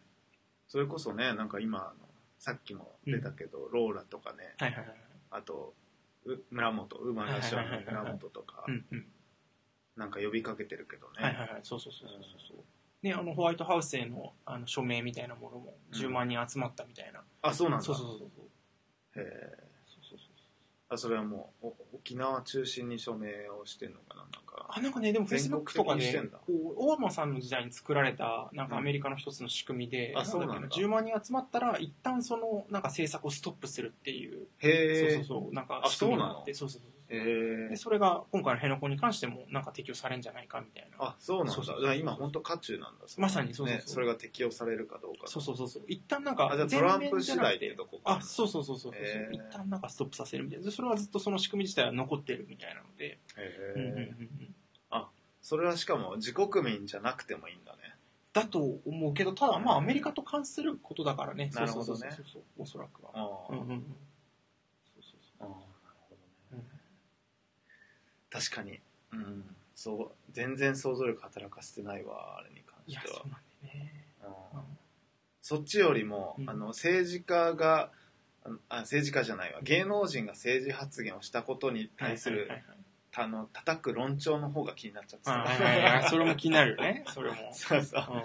Speaker 3: それこそねなんか今あのさっきも出たけどローラとかね
Speaker 1: はいはいはい。
Speaker 3: あとう村本馬ラジオの村本とか
Speaker 1: うんうん。
Speaker 3: なんか呼びかけてるけどね
Speaker 1: はいはいはい、そうそうそうそうそう。ね、あのホワイトハウスへのあの署名みたいなものも
Speaker 3: うん
Speaker 1: 10万人集まったみたいな、
Speaker 3: あそうなんだ
Speaker 1: そうそうそうそう
Speaker 3: へえ
Speaker 1: そうそうそう
Speaker 3: あそれはもうお沖縄中心に署名をしてんのかななんか
Speaker 1: あなんかねでもフェイス
Speaker 3: 全
Speaker 1: ブッ
Speaker 3: 国
Speaker 1: クとか
Speaker 3: 的にして
Speaker 1: ね
Speaker 3: んだ
Speaker 1: こうオバマさんの時代に作られたなんか
Speaker 3: うん
Speaker 1: アメリカの一つの仕組みで、
Speaker 3: あそうなんだ
Speaker 1: けど10万人集まったら一旦そのなんか政策をストップするっていう、
Speaker 3: へえ
Speaker 1: そうそうそうなんか
Speaker 3: あ
Speaker 1: 仕組み
Speaker 3: そ
Speaker 1: が
Speaker 3: うなの
Speaker 1: あってそうそうそう
Speaker 3: へ
Speaker 1: で
Speaker 3: え
Speaker 1: それが今回の辺野古に関してもなんか適用されるんじゃないかみたいな
Speaker 3: あそうなん
Speaker 1: そ
Speaker 3: だ
Speaker 1: うそう
Speaker 3: じ
Speaker 1: そう
Speaker 3: ゃあ今本当渦中なんだ
Speaker 1: まさにそうそうそう
Speaker 3: ねそれが適用されるかどうか
Speaker 1: そうそうそうそう一旦なんか
Speaker 3: あじゃあトラン
Speaker 1: 全
Speaker 3: プ
Speaker 1: 面じゃ
Speaker 3: 次
Speaker 1: な
Speaker 3: 第
Speaker 1: く
Speaker 3: ってとこか
Speaker 1: あそうそうそうそうそう、
Speaker 3: へー
Speaker 1: 一旦なんかストップさせるみたいなでそれはずっとその仕組み自体は残ってるみたいなので、
Speaker 3: へ
Speaker 1: うんうんうんう
Speaker 3: え
Speaker 1: ん
Speaker 3: それはしかも自国民じゃなくてもいいんだね
Speaker 1: だと思うけどただまあアメリカと関することだからね、
Speaker 3: なるほどね
Speaker 1: そうそうそうそうおそらくは、
Speaker 3: あ
Speaker 1: うん
Speaker 3: あ
Speaker 1: うんうん、そうそうそ
Speaker 3: ああなるほ
Speaker 1: う
Speaker 3: どね、
Speaker 1: ん
Speaker 3: 確かに、うん、そう全然想像力働かせてないわあれに関
Speaker 1: うい
Speaker 3: し
Speaker 1: や
Speaker 3: ては
Speaker 1: そうなんだよね
Speaker 3: うんそっちよりも、
Speaker 1: うん
Speaker 3: あの政治家があのあ政治家じゃないわ芸能人が政治発言をしたことに対する、
Speaker 1: はい
Speaker 3: あの叩く論調の方が気になっちゃってた、
Speaker 1: はいはいはいはいはいそれも気になるよねそれも
Speaker 3: *laughs* そうそう
Speaker 1: うんうんうん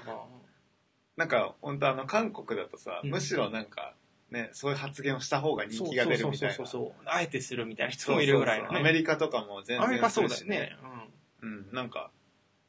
Speaker 3: なんか本当あの韓国だとさ、
Speaker 1: うん
Speaker 3: むしろなんかねそういう発言をした方が人
Speaker 1: そう
Speaker 3: 気が出るみたいな
Speaker 1: そうそうそうそうあえてするみたいな人もいるぐらいの
Speaker 3: そうそうそうアメ
Speaker 1: ね
Speaker 3: リカとかも全然
Speaker 1: アメリカそうだよ
Speaker 3: するし
Speaker 1: ね
Speaker 3: うん、なんか、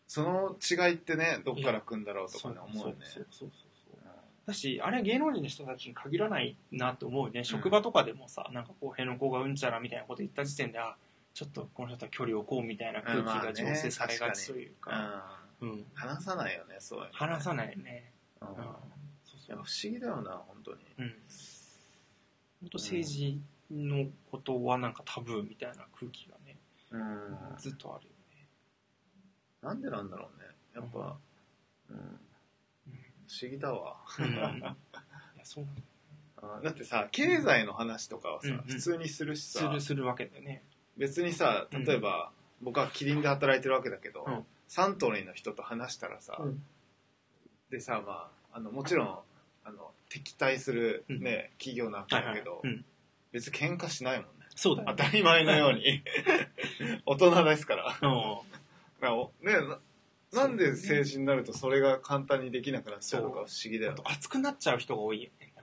Speaker 3: その違いってね、どっから来んだ
Speaker 1: う
Speaker 3: ろ
Speaker 1: ん
Speaker 3: うとかね、思うよね。
Speaker 1: そうそうそうそうだし、あれは芸能人の人たちに限らないなと思うよね。職場とかでもさ、なんかこう、辺野古がうんちゃらみたいなこと言った時点で、あ、ちょっとこの人とは距離を置こうみたいな空気
Speaker 3: うんまあ
Speaker 1: が
Speaker 3: ね
Speaker 1: 醸成されがちという
Speaker 3: うん
Speaker 1: か、うん。
Speaker 3: 話さないよね、そういうのね
Speaker 1: 話さないよね。
Speaker 3: うん
Speaker 1: うん。そう
Speaker 3: い
Speaker 1: そ
Speaker 3: や不
Speaker 1: う。
Speaker 3: 思議だよな、本当に。
Speaker 1: うん。本当政治のことはなんかタブーみたいな空気がね、
Speaker 3: うん。
Speaker 1: ずっとあるよね。
Speaker 3: なんでなんだろうね。やっぱ、うん。不思議だわ。 *laughs*
Speaker 1: うん。いや、そうなんだよ
Speaker 3: うあだってさ経済の話とかはさ、
Speaker 1: うんうん
Speaker 3: 普通にするし
Speaker 1: す
Speaker 3: さ、
Speaker 1: るするわけだよね。
Speaker 3: 別にさ例えば、僕はキリンで働いてるわけだけど、
Speaker 1: うん
Speaker 3: サントリーの人と話したらさ、
Speaker 1: うん
Speaker 3: でさまああのもちろんあの敵対する、
Speaker 1: うん
Speaker 3: ね企業なわけ
Speaker 1: はい
Speaker 3: だ
Speaker 1: は
Speaker 3: け
Speaker 1: い
Speaker 3: ど、。
Speaker 1: うん
Speaker 3: 別に喧嘩しないもんね
Speaker 1: そうだ
Speaker 3: 当
Speaker 1: よね。
Speaker 3: たり前のよう
Speaker 1: *laughs*
Speaker 3: に大人ですから
Speaker 1: うん
Speaker 3: なおねななんで政治になるとそれが簡単にできなくなっちゃうのか不思議だよ
Speaker 1: あ
Speaker 3: ね
Speaker 1: と熱くなっちゃう人が多いよね。
Speaker 3: うん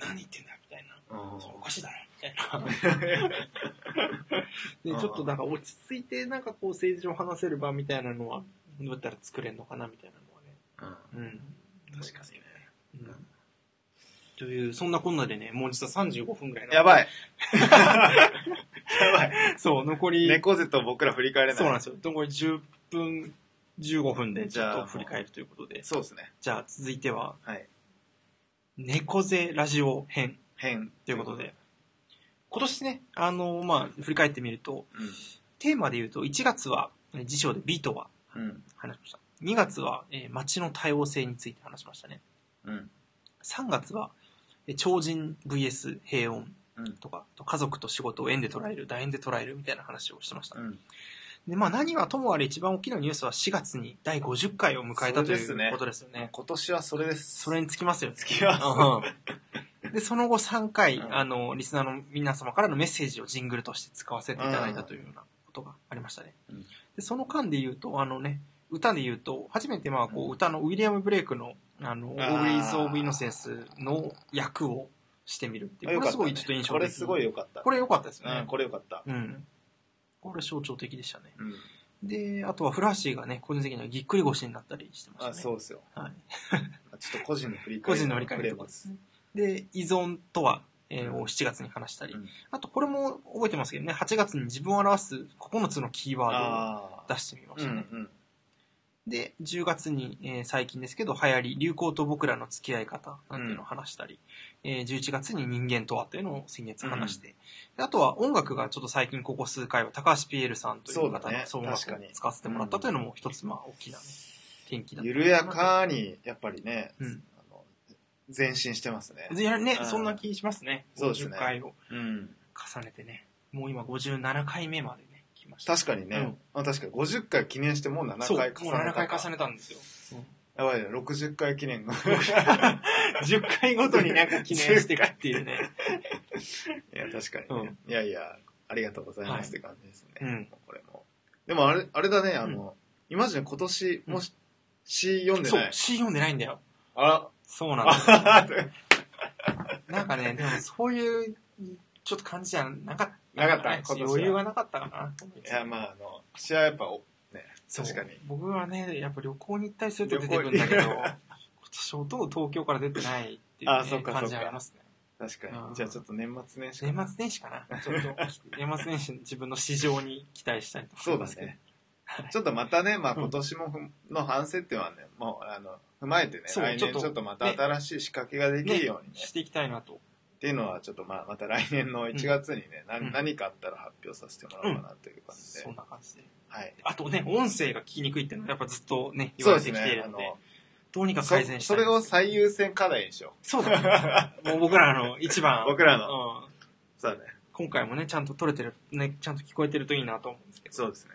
Speaker 1: 何言ってんだみたいな。
Speaker 3: うん
Speaker 1: それおかしいだろみ *laughs* たいな。で、ちょっとなんか落ち着いて、なんかこう政治を話せる場みたいなのは、どうやったら作れるのかなみたいなのはね。うん。
Speaker 3: 確かにね
Speaker 1: うんという、そんなこんなでね、もう実は35分ぐらい
Speaker 3: やば
Speaker 1: い。
Speaker 3: いやばい
Speaker 1: そう、残り、
Speaker 3: *laughs* 猫背と僕ら振り返れない
Speaker 1: そうなんですよ。残り10分、15分でちょっ
Speaker 3: じゃ
Speaker 1: と
Speaker 3: あ
Speaker 1: 振り返るということで。
Speaker 3: そうですね
Speaker 1: じゃあ続いては、
Speaker 3: はい
Speaker 1: 猫背ラジオ編
Speaker 3: 変
Speaker 1: ということで、今年ね、あの、まあ、振り返ってみると、テーマで言うと、1月はえ辞書でビートは
Speaker 3: うんうん
Speaker 1: 話しました。2月は、えー街の多様性について話しましたね。
Speaker 3: うん
Speaker 1: 3月は、えー超人 VS 平穏
Speaker 3: うん
Speaker 1: とか、と家族と仕事を縁で捉える、楕円で捉えるみたいな話をしてました。
Speaker 3: うん
Speaker 1: で、まあ何はともあれ一番大きなニュースは4月に第50回を迎えたとい
Speaker 3: そうです
Speaker 1: う
Speaker 3: ね
Speaker 1: ことですよね。
Speaker 3: 今年はそれです
Speaker 1: それにつきますよね。
Speaker 3: つきます
Speaker 1: うんで、その後3回、
Speaker 3: うん
Speaker 1: あの、リスナーの皆様からのメッセージをジングルとして使わせていただいたというようなことがありましたね。
Speaker 3: うん
Speaker 1: で、その間で言うと、あのね、歌で言うと、初めてまあ、こう、歌のウィリアム・ブレイクの、あの、オ
Speaker 3: あー
Speaker 1: ール・イズ・オブ・イノセンスの役をしてみるっていう。これすごいちょっと印象的。
Speaker 3: これすごい。よかった
Speaker 1: これ良かったです
Speaker 3: うん
Speaker 1: ね。
Speaker 3: これよかった
Speaker 1: うん。これ象徴的でしたね。
Speaker 3: うん
Speaker 1: で、あとはフラッシーがね、個人的にはぎっくり腰になったりしてましたね。
Speaker 3: あそうですよ
Speaker 1: はい。
Speaker 3: *laughs* ちょっと個人の振り返
Speaker 1: 個
Speaker 3: り
Speaker 1: 人の振り返り
Speaker 3: 触れ
Speaker 1: とか
Speaker 3: ま
Speaker 1: です
Speaker 3: す
Speaker 1: ね。で、依存とは、えーを7月に話したり、
Speaker 3: うん
Speaker 1: あとこれも覚えてますけどね、8月に自分を表す9つのキーワー
Speaker 3: あ
Speaker 1: ドを出してみま
Speaker 3: ーう
Speaker 1: し
Speaker 3: ん
Speaker 1: た
Speaker 3: う
Speaker 1: ね。
Speaker 3: ん
Speaker 1: で、10月に、えー最近ですけど、流行り、流行と僕らの付き合い方なんていうのを話したり、えー11月に人間とはというのを先月話して、であとは音楽がちょっと最近ここ数回は高橋ピエールさんという
Speaker 3: そうだ
Speaker 1: 方
Speaker 3: ね
Speaker 1: のそう音楽
Speaker 3: 確
Speaker 1: を
Speaker 3: かに
Speaker 1: 使わせてもらったというのも一つまあ大きなね、転機だった
Speaker 3: 緩やかにやっぱりね、
Speaker 1: うん
Speaker 3: あの前進してますね、
Speaker 1: いやね
Speaker 3: う、ん
Speaker 1: そんな気しますね。
Speaker 3: そうですね
Speaker 1: 50回を
Speaker 3: うん、
Speaker 1: 重ねてね、もう今57回目までね、来ました。
Speaker 3: 確かにね、
Speaker 1: うん
Speaker 3: あ確かに50回記念してもう7
Speaker 1: そう、もう
Speaker 3: 回重ね
Speaker 1: 7
Speaker 3: た
Speaker 1: 回
Speaker 3: か
Speaker 1: 重ねたんですよ。
Speaker 3: やばいね60回記
Speaker 1: *laughs*
Speaker 3: 念が
Speaker 1: 10回ごとになんか記念していくっていうね。
Speaker 3: いや確かにね、いやいやありがとうございますって感じですね、
Speaker 1: うん。
Speaker 3: これもでもあれあれだねあの、今まで今年もし、詩 *laughs* 読んで
Speaker 1: そう
Speaker 3: ない、
Speaker 1: 詩読んでないんだよ。
Speaker 3: あ
Speaker 1: そうなんですよ。
Speaker 3: ら
Speaker 1: *laughs* なんかね、でもそういう、ちょっと感じじゃなかった。
Speaker 3: なかった今年は
Speaker 1: 余裕がなかったかな。
Speaker 3: いやまああの詩はやっぱおね
Speaker 1: そう
Speaker 3: 確かに。
Speaker 1: 僕はね、やっぱ旅行に行ったりすると出てくるんだけど、
Speaker 3: 旅行
Speaker 1: 今年ほとんど東京から出てないっていうね、
Speaker 3: あそっかそっか
Speaker 1: 感じがありますね。
Speaker 3: 確かに、
Speaker 1: うん
Speaker 3: じゃあちょっと年末年始
Speaker 1: 年末年始かな。ちょっと、年末年始自分の市場に期待したいと
Speaker 3: そ
Speaker 1: 思
Speaker 3: う
Speaker 1: いま
Speaker 3: ですす
Speaker 1: けど
Speaker 3: ね。ちょっとまたね、まあ、
Speaker 1: うん
Speaker 3: 今年もふんの反省っていうのはね、もうあの踏まえてね、
Speaker 1: そう
Speaker 3: 来
Speaker 1: ちょっと
Speaker 3: 年ちょっとまた新しい仕掛けができるようにね、
Speaker 1: していきたいなと。
Speaker 3: っていうのはちょっとまあまた来年の1月にね、な
Speaker 1: うん
Speaker 3: 何かあったら発表させてもらおうかなという感じで、
Speaker 1: そんな感じで。
Speaker 3: はい。
Speaker 1: あとね、音声が聞きにくいっていうのはやっぱずっとね、言
Speaker 3: そう
Speaker 1: わ
Speaker 3: で
Speaker 1: れ
Speaker 3: す
Speaker 1: てきてい
Speaker 3: ね、
Speaker 1: る
Speaker 3: あ
Speaker 1: の
Speaker 3: の
Speaker 1: で、、どうにか
Speaker 3: そ
Speaker 1: 改善した
Speaker 3: そ
Speaker 1: い。
Speaker 3: れを最優先課題にしよ
Speaker 1: そうだ
Speaker 3: *laughs*
Speaker 1: ね。もう僕らの一番。
Speaker 3: う。僕らの、
Speaker 1: うん
Speaker 3: そうだね、
Speaker 1: 今回もね、ちゃんと撮れてる、ね、ちゃんと聞こえてるといいなと思うんですけど。
Speaker 3: そうですね。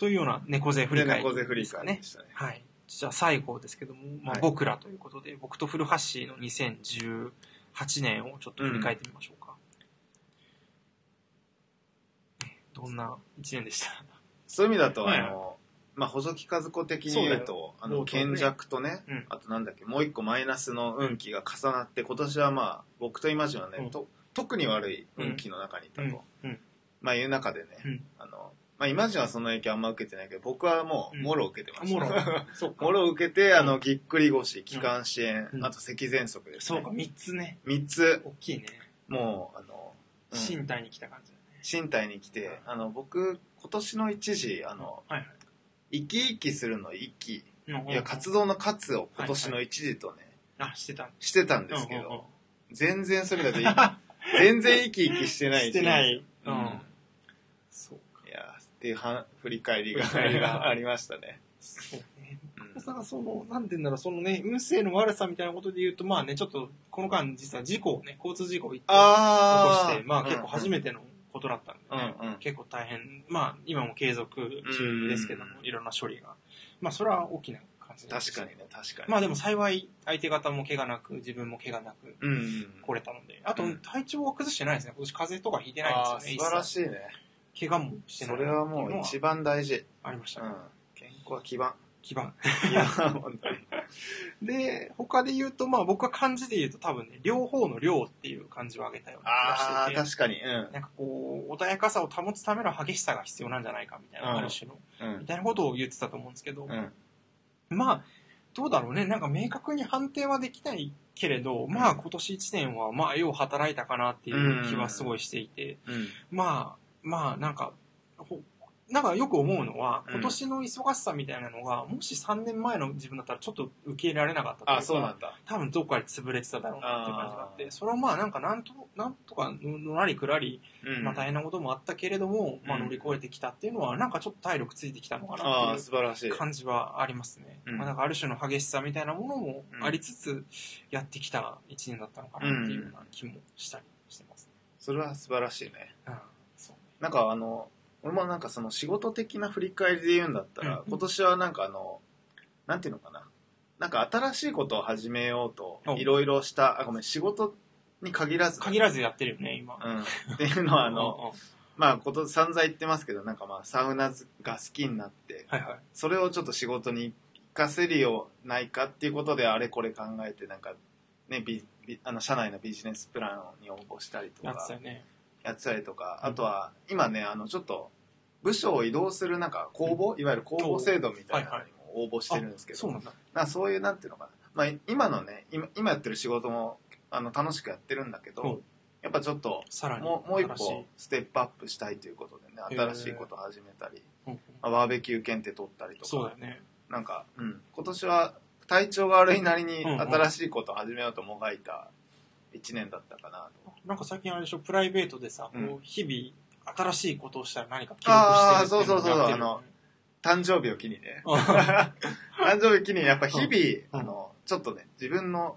Speaker 1: というような猫背振り
Speaker 3: で、
Speaker 1: 返り。
Speaker 3: 猫背振り返り
Speaker 1: ね
Speaker 3: で。したね。
Speaker 1: はい。じゃあ最後ですけども、まあ
Speaker 3: はい
Speaker 1: 僕らということで、僕と古橋の2018年をちょっと振り返ってみましょうか。どんな一年でした
Speaker 3: そういう意味だと、
Speaker 1: はい
Speaker 3: あの、まあ、補助金和子的に言う
Speaker 1: そう
Speaker 3: と、あ
Speaker 1: 冒
Speaker 3: の、
Speaker 1: 頭ね
Speaker 3: 賢弱とね、
Speaker 1: うん
Speaker 3: あとなんだっけ、もう一個マイナスの運気が重なって、今年はまあ、僕と今ジはね、
Speaker 1: うん
Speaker 3: と特に悪い運気の中にいたと、
Speaker 1: うん。
Speaker 3: まあ、いう中でね、
Speaker 1: うん
Speaker 3: あの、まあ、今ジはその影響あんま受けてないけど、僕はも
Speaker 1: うん
Speaker 3: う、もろ受けてまし
Speaker 1: もろ
Speaker 3: た。。
Speaker 1: そうか。
Speaker 3: *laughs* もろ受けて、あ
Speaker 1: う
Speaker 3: の、ぎっくり腰、気管支炎、
Speaker 1: うん
Speaker 3: あと咳喘息です、
Speaker 1: そ
Speaker 3: ね。
Speaker 1: うか、3つね。
Speaker 3: 三つ、
Speaker 1: 大きいね。
Speaker 3: もう、あの、うん
Speaker 1: 身体に来た感じだね。
Speaker 3: 身体に来て、あの、僕、今年の一時、あの、
Speaker 1: はい
Speaker 3: 生き生きするの生き、
Speaker 1: はい。
Speaker 3: いや、活動の活を今年の一時とね、
Speaker 1: あ、してたん
Speaker 3: してたんですけど、全然それができ、
Speaker 1: *laughs*
Speaker 3: 全然生き生きしてない
Speaker 1: してない。う
Speaker 3: う
Speaker 1: ん
Speaker 3: ん。
Speaker 1: そうか。
Speaker 3: いやーっていうはん振り返りが
Speaker 1: 振り返りが
Speaker 3: ありましたね。
Speaker 1: そうね。
Speaker 3: うん
Speaker 1: だからその、なんて言うんだろう、そのね、運勢の悪さみたいなことで言うと、まあね、ちょっと、この間実は事故をね、交通事故を一回起こ
Speaker 3: あ
Speaker 1: し
Speaker 3: あ
Speaker 1: て、まあ結構初めてのことだったんで、
Speaker 3: うんうん
Speaker 1: 結構大変、まあ今も継続中ですけども、
Speaker 3: う
Speaker 1: いろんな処理が。まあそれは大きな感じ
Speaker 3: 確かに。ね確かに
Speaker 1: まあでも幸い、相手方も怪我なく、自分も怪我なく
Speaker 3: うんうん
Speaker 1: 来れたので、あと
Speaker 3: うん
Speaker 1: 体調は崩してないですね。今年風邪とかひいてないん
Speaker 3: ああ
Speaker 1: ですよね。
Speaker 3: 素晴ら
Speaker 1: い。
Speaker 3: しい
Speaker 1: 怪
Speaker 3: ね
Speaker 1: 我もしてな
Speaker 3: そ
Speaker 1: い。
Speaker 3: れはもう一番大事
Speaker 1: ありまし
Speaker 3: う
Speaker 1: た。
Speaker 3: ん健康は基盤
Speaker 1: 基盤。
Speaker 3: いや本当に
Speaker 1: で、他で言うと、まあ僕は漢字で言うと多分ね、両方の両っていう漢字を挙げたような気がし
Speaker 3: *laughs* ああ
Speaker 1: ていて、
Speaker 3: 確かにうん
Speaker 1: なんかこう、穏やかさを保つための激しさが必要なんじゃないかみたいな、
Speaker 3: うん
Speaker 1: ある種の、
Speaker 3: うん
Speaker 1: みたいなことを言ってたと思うんですけど、
Speaker 3: うん
Speaker 1: まあ、どうだろうね、なんか明確に判定はできないけれど、まあ今年1年は、まあよう働いたかなっていう気はすごいしていて、
Speaker 3: うん
Speaker 1: まあ、まあなんか、ほなんかよく思うのは、
Speaker 3: うん
Speaker 1: 今年の忙しさみたいなのが、もし3年前の自分だったらちょっと受け入れられなかったというか
Speaker 3: あそうなんだ
Speaker 1: 多分どっかで潰れてただろうなっていう感じがあっ
Speaker 3: あ
Speaker 1: て
Speaker 3: ー
Speaker 1: それはまあなんかなんとなんとかののらりくらり、
Speaker 3: うん
Speaker 1: まあ、大変なこともあったけれども、まあ、
Speaker 3: うん
Speaker 1: 乗り越えてきたっていうのはなんかちょっと体力ついてきたのかな
Speaker 3: あ
Speaker 1: っ
Speaker 3: あ
Speaker 1: て
Speaker 3: 素晴らし
Speaker 1: い
Speaker 3: いう
Speaker 1: 感じはありますね、
Speaker 3: うん
Speaker 1: まあ、なんかある種の激しさみたいなものも
Speaker 3: うん
Speaker 1: ありつつやってきた一年だったのかなっていうような気もしたりしてますね、
Speaker 3: それは素晴らしいね
Speaker 1: うんそう
Speaker 3: なんかあの俺もなんかその仕事的な振り返りで言うんだったら、
Speaker 1: うん
Speaker 3: 今年はなんかあのなんていうのかななんか新しいことを始めようと
Speaker 1: お
Speaker 3: いろいろしたあごめん仕事に限らず
Speaker 1: 限らずやってるよね今、
Speaker 3: うん、っていうのはあのまあこと散々言ってますけどなんかまあサウナが好きになって
Speaker 1: はいはい
Speaker 3: それをちょっと仕事に活かせるようないかっていうことであれこれ考えてなんかねビビあの社内のビジネスプランに応募したりと
Speaker 1: やっ
Speaker 3: か
Speaker 1: てたよね
Speaker 3: やってたりとか、
Speaker 1: うん
Speaker 3: あとは今ねあのちょっと部署を移動するなんか公募、いわゆる公募制度みたいなのにも応募してるんですけど、
Speaker 1: そうなんだ
Speaker 3: なんかそういうなんていうのかな、まあ、今のね今今やってる仕事もあの楽しくやってるんだけど、
Speaker 1: うん
Speaker 3: やっぱちょっと
Speaker 1: さらに
Speaker 3: もうもう一
Speaker 1: 新しい
Speaker 3: 歩ステップアップしたいということでね
Speaker 1: へー
Speaker 3: 新しいことを始めたり、
Speaker 1: うんうん
Speaker 3: まあ、バーベキュー検定取ったりと
Speaker 1: そうだ
Speaker 3: か
Speaker 1: よね
Speaker 3: なんか、うん、今年は体調が悪いなりに
Speaker 1: うんうん
Speaker 3: 新しいことを始めようともがいた1年だったかなと。
Speaker 1: なんか最近あれでしょ、プライベートでさ、
Speaker 3: うん
Speaker 1: こう日々新しいことをしたら何か記
Speaker 3: あー
Speaker 1: 録してるっていのをやってるよね
Speaker 3: 誕生日を機にね
Speaker 1: あ
Speaker 3: 誕生日記念やっぱ日々、
Speaker 1: うん
Speaker 3: あのちょっとね自分の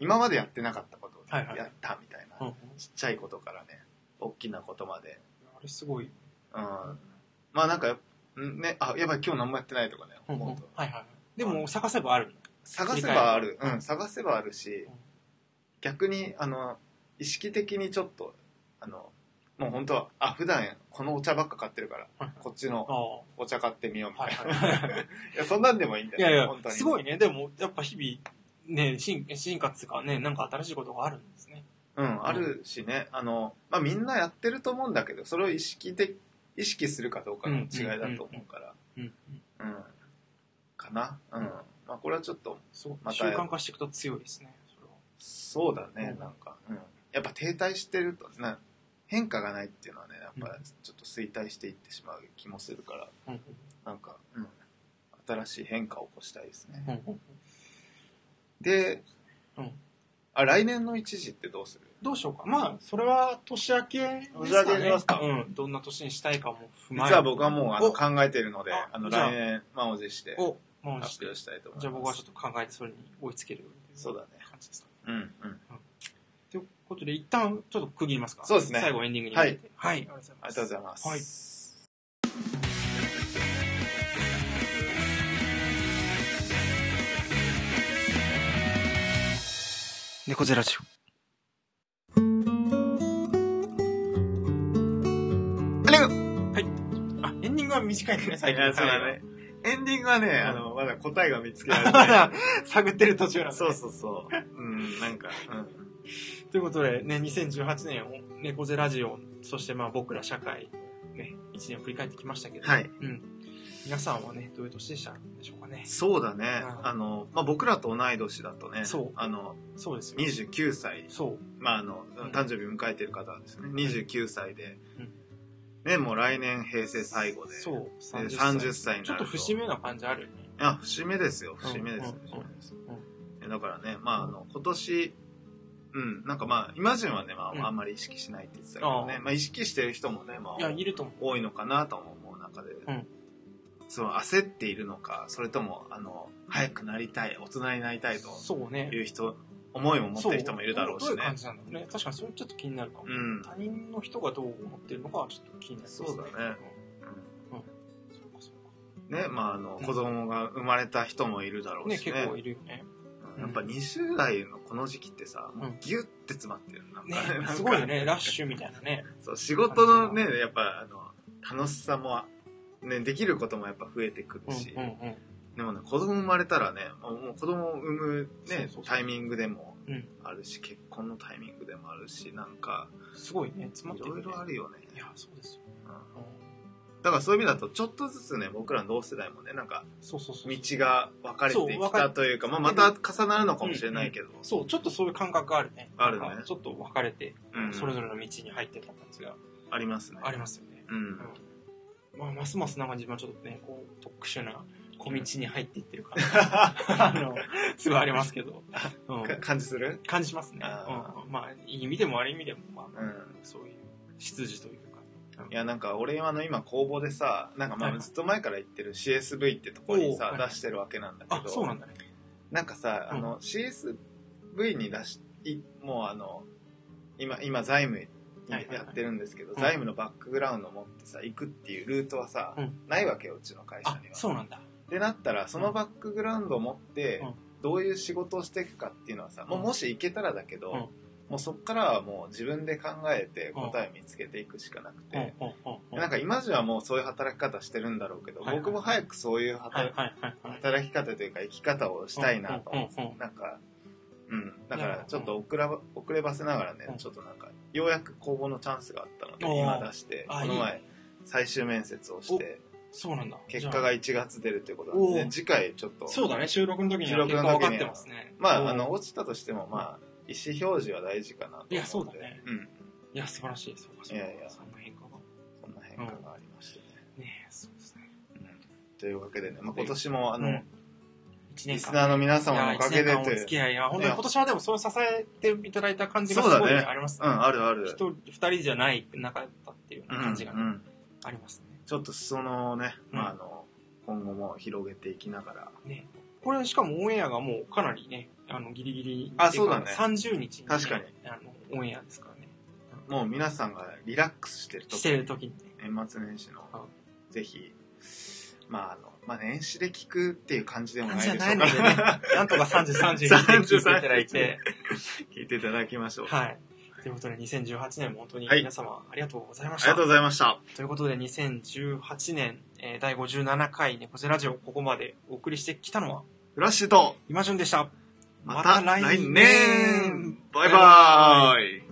Speaker 3: 今までやってなかったことを
Speaker 1: はいはい
Speaker 3: やったみたいな、
Speaker 1: う
Speaker 3: *laughs*
Speaker 1: んうん
Speaker 3: ちっちゃいことからね大きなことまで、
Speaker 1: あれすごい。
Speaker 3: うん、まあなんかんねあやばい今日何もやってないとかね
Speaker 1: うんうん
Speaker 3: 思
Speaker 1: は
Speaker 3: う
Speaker 1: い
Speaker 3: と
Speaker 1: はい。でも探せばある。
Speaker 3: 探せばある
Speaker 1: 理解
Speaker 3: うん探せばあるし
Speaker 1: うん
Speaker 3: 逆にあの意識的にちょっとあのもう本当はあ普段このお茶ばっか買ってるから
Speaker 1: あ
Speaker 3: こっちの
Speaker 1: あ
Speaker 3: お茶買ってみようみたいな、、
Speaker 1: はいはい
Speaker 3: やそんなんでも *laughs* いいんだ
Speaker 1: い
Speaker 3: よ
Speaker 1: やいや
Speaker 3: 本当、に
Speaker 1: すごいね。でも、やっぱ日々、ね、進進化っつうかね、なんか新しいことがあるんですね。
Speaker 3: うん、あるしね、あの、まあ、みんなやってると思うんだけど、それを意識で、意識するかどうかの違いだと思うから、
Speaker 1: うん。
Speaker 3: うん、かな、うん。まあ、これはちょっと、
Speaker 1: そう。
Speaker 3: また
Speaker 1: 習慣化していくと強いですね。それは
Speaker 3: そうだね
Speaker 1: う、ん
Speaker 3: なんか、うん。やっぱ停滞してると、な変化がないっていうのはね、やっぱ
Speaker 1: うん
Speaker 3: ちょっと衰退していってしまう気もするから、
Speaker 1: うんうん
Speaker 3: なんか、うん、新しい変化を起こしたいですね。
Speaker 1: うんうん
Speaker 3: で、
Speaker 1: うん
Speaker 3: あ、来年の一時ってどうする
Speaker 1: どうしようか。まあ、それは年明けですかね。
Speaker 3: 年明けにしますか
Speaker 1: うん。どんな年にしたいかも踏まえ
Speaker 3: 実は僕はもうあの
Speaker 1: お
Speaker 3: 考えているので、
Speaker 1: あ
Speaker 3: あの、
Speaker 1: じゃあ
Speaker 3: 来年、満を持して。
Speaker 1: お、もう
Speaker 3: 発表したいと思います。
Speaker 1: じゃあ僕はちょっと考えてそれに追いつける
Speaker 3: そうだね
Speaker 1: 感じですか。
Speaker 3: うんうん。
Speaker 1: ということで一旦ちょっと区切りますか。
Speaker 3: そうですね
Speaker 1: 最後エンディングに向けて。はい。ありがとうござい
Speaker 3: あ
Speaker 1: ます
Speaker 3: りがとうご。ざいます。
Speaker 1: はい猫背ラジ
Speaker 3: ありがとう
Speaker 1: オ。あ、エンディングは短いですね、
Speaker 3: 最
Speaker 1: 最近。
Speaker 3: 近そうだね。エンディングはね、
Speaker 1: ん
Speaker 3: あの、まだ答えが見つけられ
Speaker 1: ま
Speaker 3: な
Speaker 1: だ
Speaker 3: *laughs*
Speaker 1: 探ってる途中なん
Speaker 3: い。
Speaker 1: で。
Speaker 3: そうそうそう。うん、なんか、うん。
Speaker 1: ということで、ね、2018年を猫背ラジオ、そしてまあ僕ら社会、ね、一年を振り返ってきましたけど、
Speaker 3: はい。
Speaker 1: うん。皆さんはね、どういう年でしたでしょうかね。
Speaker 3: そうだね。
Speaker 1: うん
Speaker 3: あの、まあ、僕らと同い年だとね、
Speaker 1: そう
Speaker 3: あの、
Speaker 1: そうですよ。
Speaker 3: 29歳、
Speaker 1: そう。
Speaker 3: まあ、あの
Speaker 1: ん、
Speaker 3: 誕生日迎えてる方ですね。29歳で
Speaker 1: うん、
Speaker 3: ね、もう来年平成最後で、
Speaker 1: そう。
Speaker 3: で
Speaker 1: 30
Speaker 3: 30歳に
Speaker 1: ちょ
Speaker 3: な
Speaker 1: っと
Speaker 3: ると。
Speaker 1: 節目な感じあるよね。
Speaker 3: いや、節目ですよ、
Speaker 1: うん
Speaker 3: 節目です、
Speaker 1: うん
Speaker 3: 節目です
Speaker 1: うん。
Speaker 3: えだからね、まあ、あの、今年、うん、なんかまあ、イマジンはね、ま
Speaker 1: うん
Speaker 3: あ、あんまり意識しないって言ってたけどね、
Speaker 1: ああ
Speaker 3: まあ、意識してる人もね、ま
Speaker 1: いや、
Speaker 3: あ、
Speaker 1: いると思う。
Speaker 3: 多いのかなとも思う中で、
Speaker 1: ん
Speaker 3: そう焦っているのかそれともあの早くなりたい大人になりたいと
Speaker 1: そうね
Speaker 3: いう人思いを持ってる人もいるだろうし
Speaker 1: そ
Speaker 3: ね
Speaker 1: どういう感じなんだろうね確かにそれちょっと気になるかも、
Speaker 3: うん
Speaker 1: 他人の人がどう思ってるのかはちょっと気になります
Speaker 3: そうだね
Speaker 1: うんそうかそう
Speaker 3: ねまああの子供が生まれた人もいるだろ
Speaker 1: か
Speaker 3: う
Speaker 1: ね
Speaker 3: しね
Speaker 1: 結構いるよ
Speaker 3: *laughs*
Speaker 1: ね
Speaker 3: うんやっぱ20代のこの時期ってさもううんギュッて詰まってるなん
Speaker 1: ね
Speaker 3: かなんか
Speaker 1: すごいよねラッシュみたいなね
Speaker 3: そう仕事のねやっぱあの楽しさもねできることもやっぱ増えてく
Speaker 1: う
Speaker 3: る
Speaker 1: ん
Speaker 3: し、
Speaker 1: うんうん
Speaker 3: でもね子供生まれたらねもうもう子供を産む、ね、
Speaker 1: そうそうそう
Speaker 3: タイミングでも
Speaker 1: うん
Speaker 3: あるし結婚のタイミングでもあるしなんか
Speaker 1: すごいね詰まっ
Speaker 3: い
Speaker 1: てるね
Speaker 3: ろいろあるよね
Speaker 1: いやそうですよ、
Speaker 3: うん
Speaker 1: うん
Speaker 3: だからそういう意味だとちょっとずつね僕らの同世代もねなんか
Speaker 1: そうそうそう
Speaker 3: 道が分かれて
Speaker 1: そう
Speaker 3: き
Speaker 1: 分か
Speaker 3: た
Speaker 1: れ
Speaker 3: というかまあ、また重なるのかもしれないけど、
Speaker 1: そうちょっとそういう感覚があるね
Speaker 3: あるね
Speaker 1: なんかちょっと分かれて、
Speaker 3: うん
Speaker 1: それぞれの道に入ってた感じが
Speaker 3: ありますね
Speaker 1: ありますよね、 *laughs*
Speaker 3: うん
Speaker 1: うんまあ、ますますなんか自分はちょっとねこう特殊な小道に入っていってる
Speaker 3: *laughs*
Speaker 1: 感じあのすごいありますけど、うん
Speaker 3: か感じする
Speaker 1: 感じますね、
Speaker 3: あ
Speaker 1: うんまあいい意味でも悪い意味でも、まあ
Speaker 3: うん
Speaker 1: そういう出自というか
Speaker 3: いやなんか俺はあの今工房でさなんかま
Speaker 1: は
Speaker 3: あ
Speaker 1: い
Speaker 3: ずっと前から言ってる CSV ってとこに
Speaker 1: お
Speaker 3: さ
Speaker 1: うはい
Speaker 3: 出してるわけなんだけ
Speaker 1: あ
Speaker 3: ど
Speaker 1: そうなんだね
Speaker 3: なんかさ
Speaker 1: うん
Speaker 3: あの CSV に出しいもうあの今今財務
Speaker 1: はいはいはい
Speaker 3: やってるんですけど
Speaker 1: ん
Speaker 3: 財務のバックグラウンドを持ってさ行くっていうルートはさ
Speaker 1: うん
Speaker 3: ないわけようちの会社
Speaker 1: あ
Speaker 3: には。
Speaker 1: そうなんだ
Speaker 3: でなったらそのバックグラウンドを持って
Speaker 1: うん
Speaker 3: どういう仕事をしていくかっていうのはさもう
Speaker 1: うん
Speaker 3: もし行けたらだけど、
Speaker 1: うん
Speaker 3: もうそっからはもう自分で考えて答えを見つけていくしかなくて、
Speaker 1: うんうんうんうん
Speaker 3: なんか今じゃもうそういう働き方してるんだろうけど、
Speaker 1: はいはい
Speaker 3: 僕も早くそういう
Speaker 1: はい
Speaker 3: 働,、
Speaker 1: はいはいはい
Speaker 3: 働き方というか生き方をしたいなと思っ
Speaker 1: う
Speaker 3: て、
Speaker 1: んうんうんうん
Speaker 3: なんか、うん、
Speaker 1: な
Speaker 3: だか
Speaker 1: るほ
Speaker 3: ら
Speaker 1: ど
Speaker 3: ちょっと遅らば遅ればせながらね、
Speaker 1: うん
Speaker 3: ちょっとなんかようやく公募のチャンスがあったので
Speaker 1: おー
Speaker 3: 今出して
Speaker 1: あ
Speaker 3: この
Speaker 1: い
Speaker 3: 前最終面接をして
Speaker 1: そうなんだ
Speaker 3: 結果
Speaker 1: じゃ
Speaker 3: が1月出るということなので、
Speaker 1: おー
Speaker 3: 次回ちょっと
Speaker 1: あそうだね収録の時には
Speaker 3: 収
Speaker 1: 結果
Speaker 3: 録の時には
Speaker 1: 分かってますね
Speaker 3: ま
Speaker 1: うん
Speaker 3: ああの落ちたとしてもまあ意思表示は大事かなと思って
Speaker 1: いやそうだね
Speaker 3: うん、
Speaker 1: いや素晴らしいそうかそうか
Speaker 3: いやいや
Speaker 1: そんな変化が
Speaker 3: そんな変化がありましてね、
Speaker 1: ねえそうですね
Speaker 3: うんというわけでね、まあ、今年もあの、
Speaker 1: うん一
Speaker 3: リ
Speaker 1: 年
Speaker 3: ス
Speaker 1: 間
Speaker 3: ナーの皆様の
Speaker 1: い
Speaker 3: お
Speaker 1: や
Speaker 3: か
Speaker 1: 一年
Speaker 3: げで
Speaker 1: 間お
Speaker 3: とい
Speaker 1: 付
Speaker 3: う
Speaker 1: き合いいや本当に今年はでもそう支えていただいた感じが
Speaker 3: そう
Speaker 1: す
Speaker 3: だ
Speaker 1: ご
Speaker 3: ね
Speaker 1: いあります
Speaker 3: う
Speaker 1: ね
Speaker 3: んあるある
Speaker 1: 一人二人じゃない仲だっていうような感じが
Speaker 3: うんうん
Speaker 1: ありますね
Speaker 3: ちょっと裾野をね、
Speaker 1: うん
Speaker 3: まあ、あの今後も広げていきながら
Speaker 1: ねこれしかもオンエアがもうかなりねあのギリギリ
Speaker 3: あそうだね
Speaker 1: 30日にね
Speaker 3: 確かに
Speaker 1: あのオンエアですからね
Speaker 3: もう皆さんがリラックスしてると
Speaker 1: してる時にね
Speaker 3: 年末年始の、
Speaker 1: は
Speaker 3: ぜひまああの、まあ、年始で聞くっていう感じでもないで
Speaker 1: じ
Speaker 3: し
Speaker 1: ゃ
Speaker 3: ょう
Speaker 1: ない
Speaker 3: か
Speaker 1: のでねなんとか30、30に聞いていただいて
Speaker 3: *laughs* 聞いていただきましょう、
Speaker 1: はい。ということで、2018年も本当に
Speaker 3: はい
Speaker 1: 皆様ありがとうございま
Speaker 3: あ
Speaker 1: し
Speaker 3: り
Speaker 1: た。
Speaker 3: がとうございました
Speaker 1: ということで、2018年、えー第57回猫背ラジオ、ここまでお送りしてきたのは、
Speaker 3: フラッシュと
Speaker 1: 今順でした。
Speaker 3: また来年
Speaker 1: また来年
Speaker 3: バイバーイ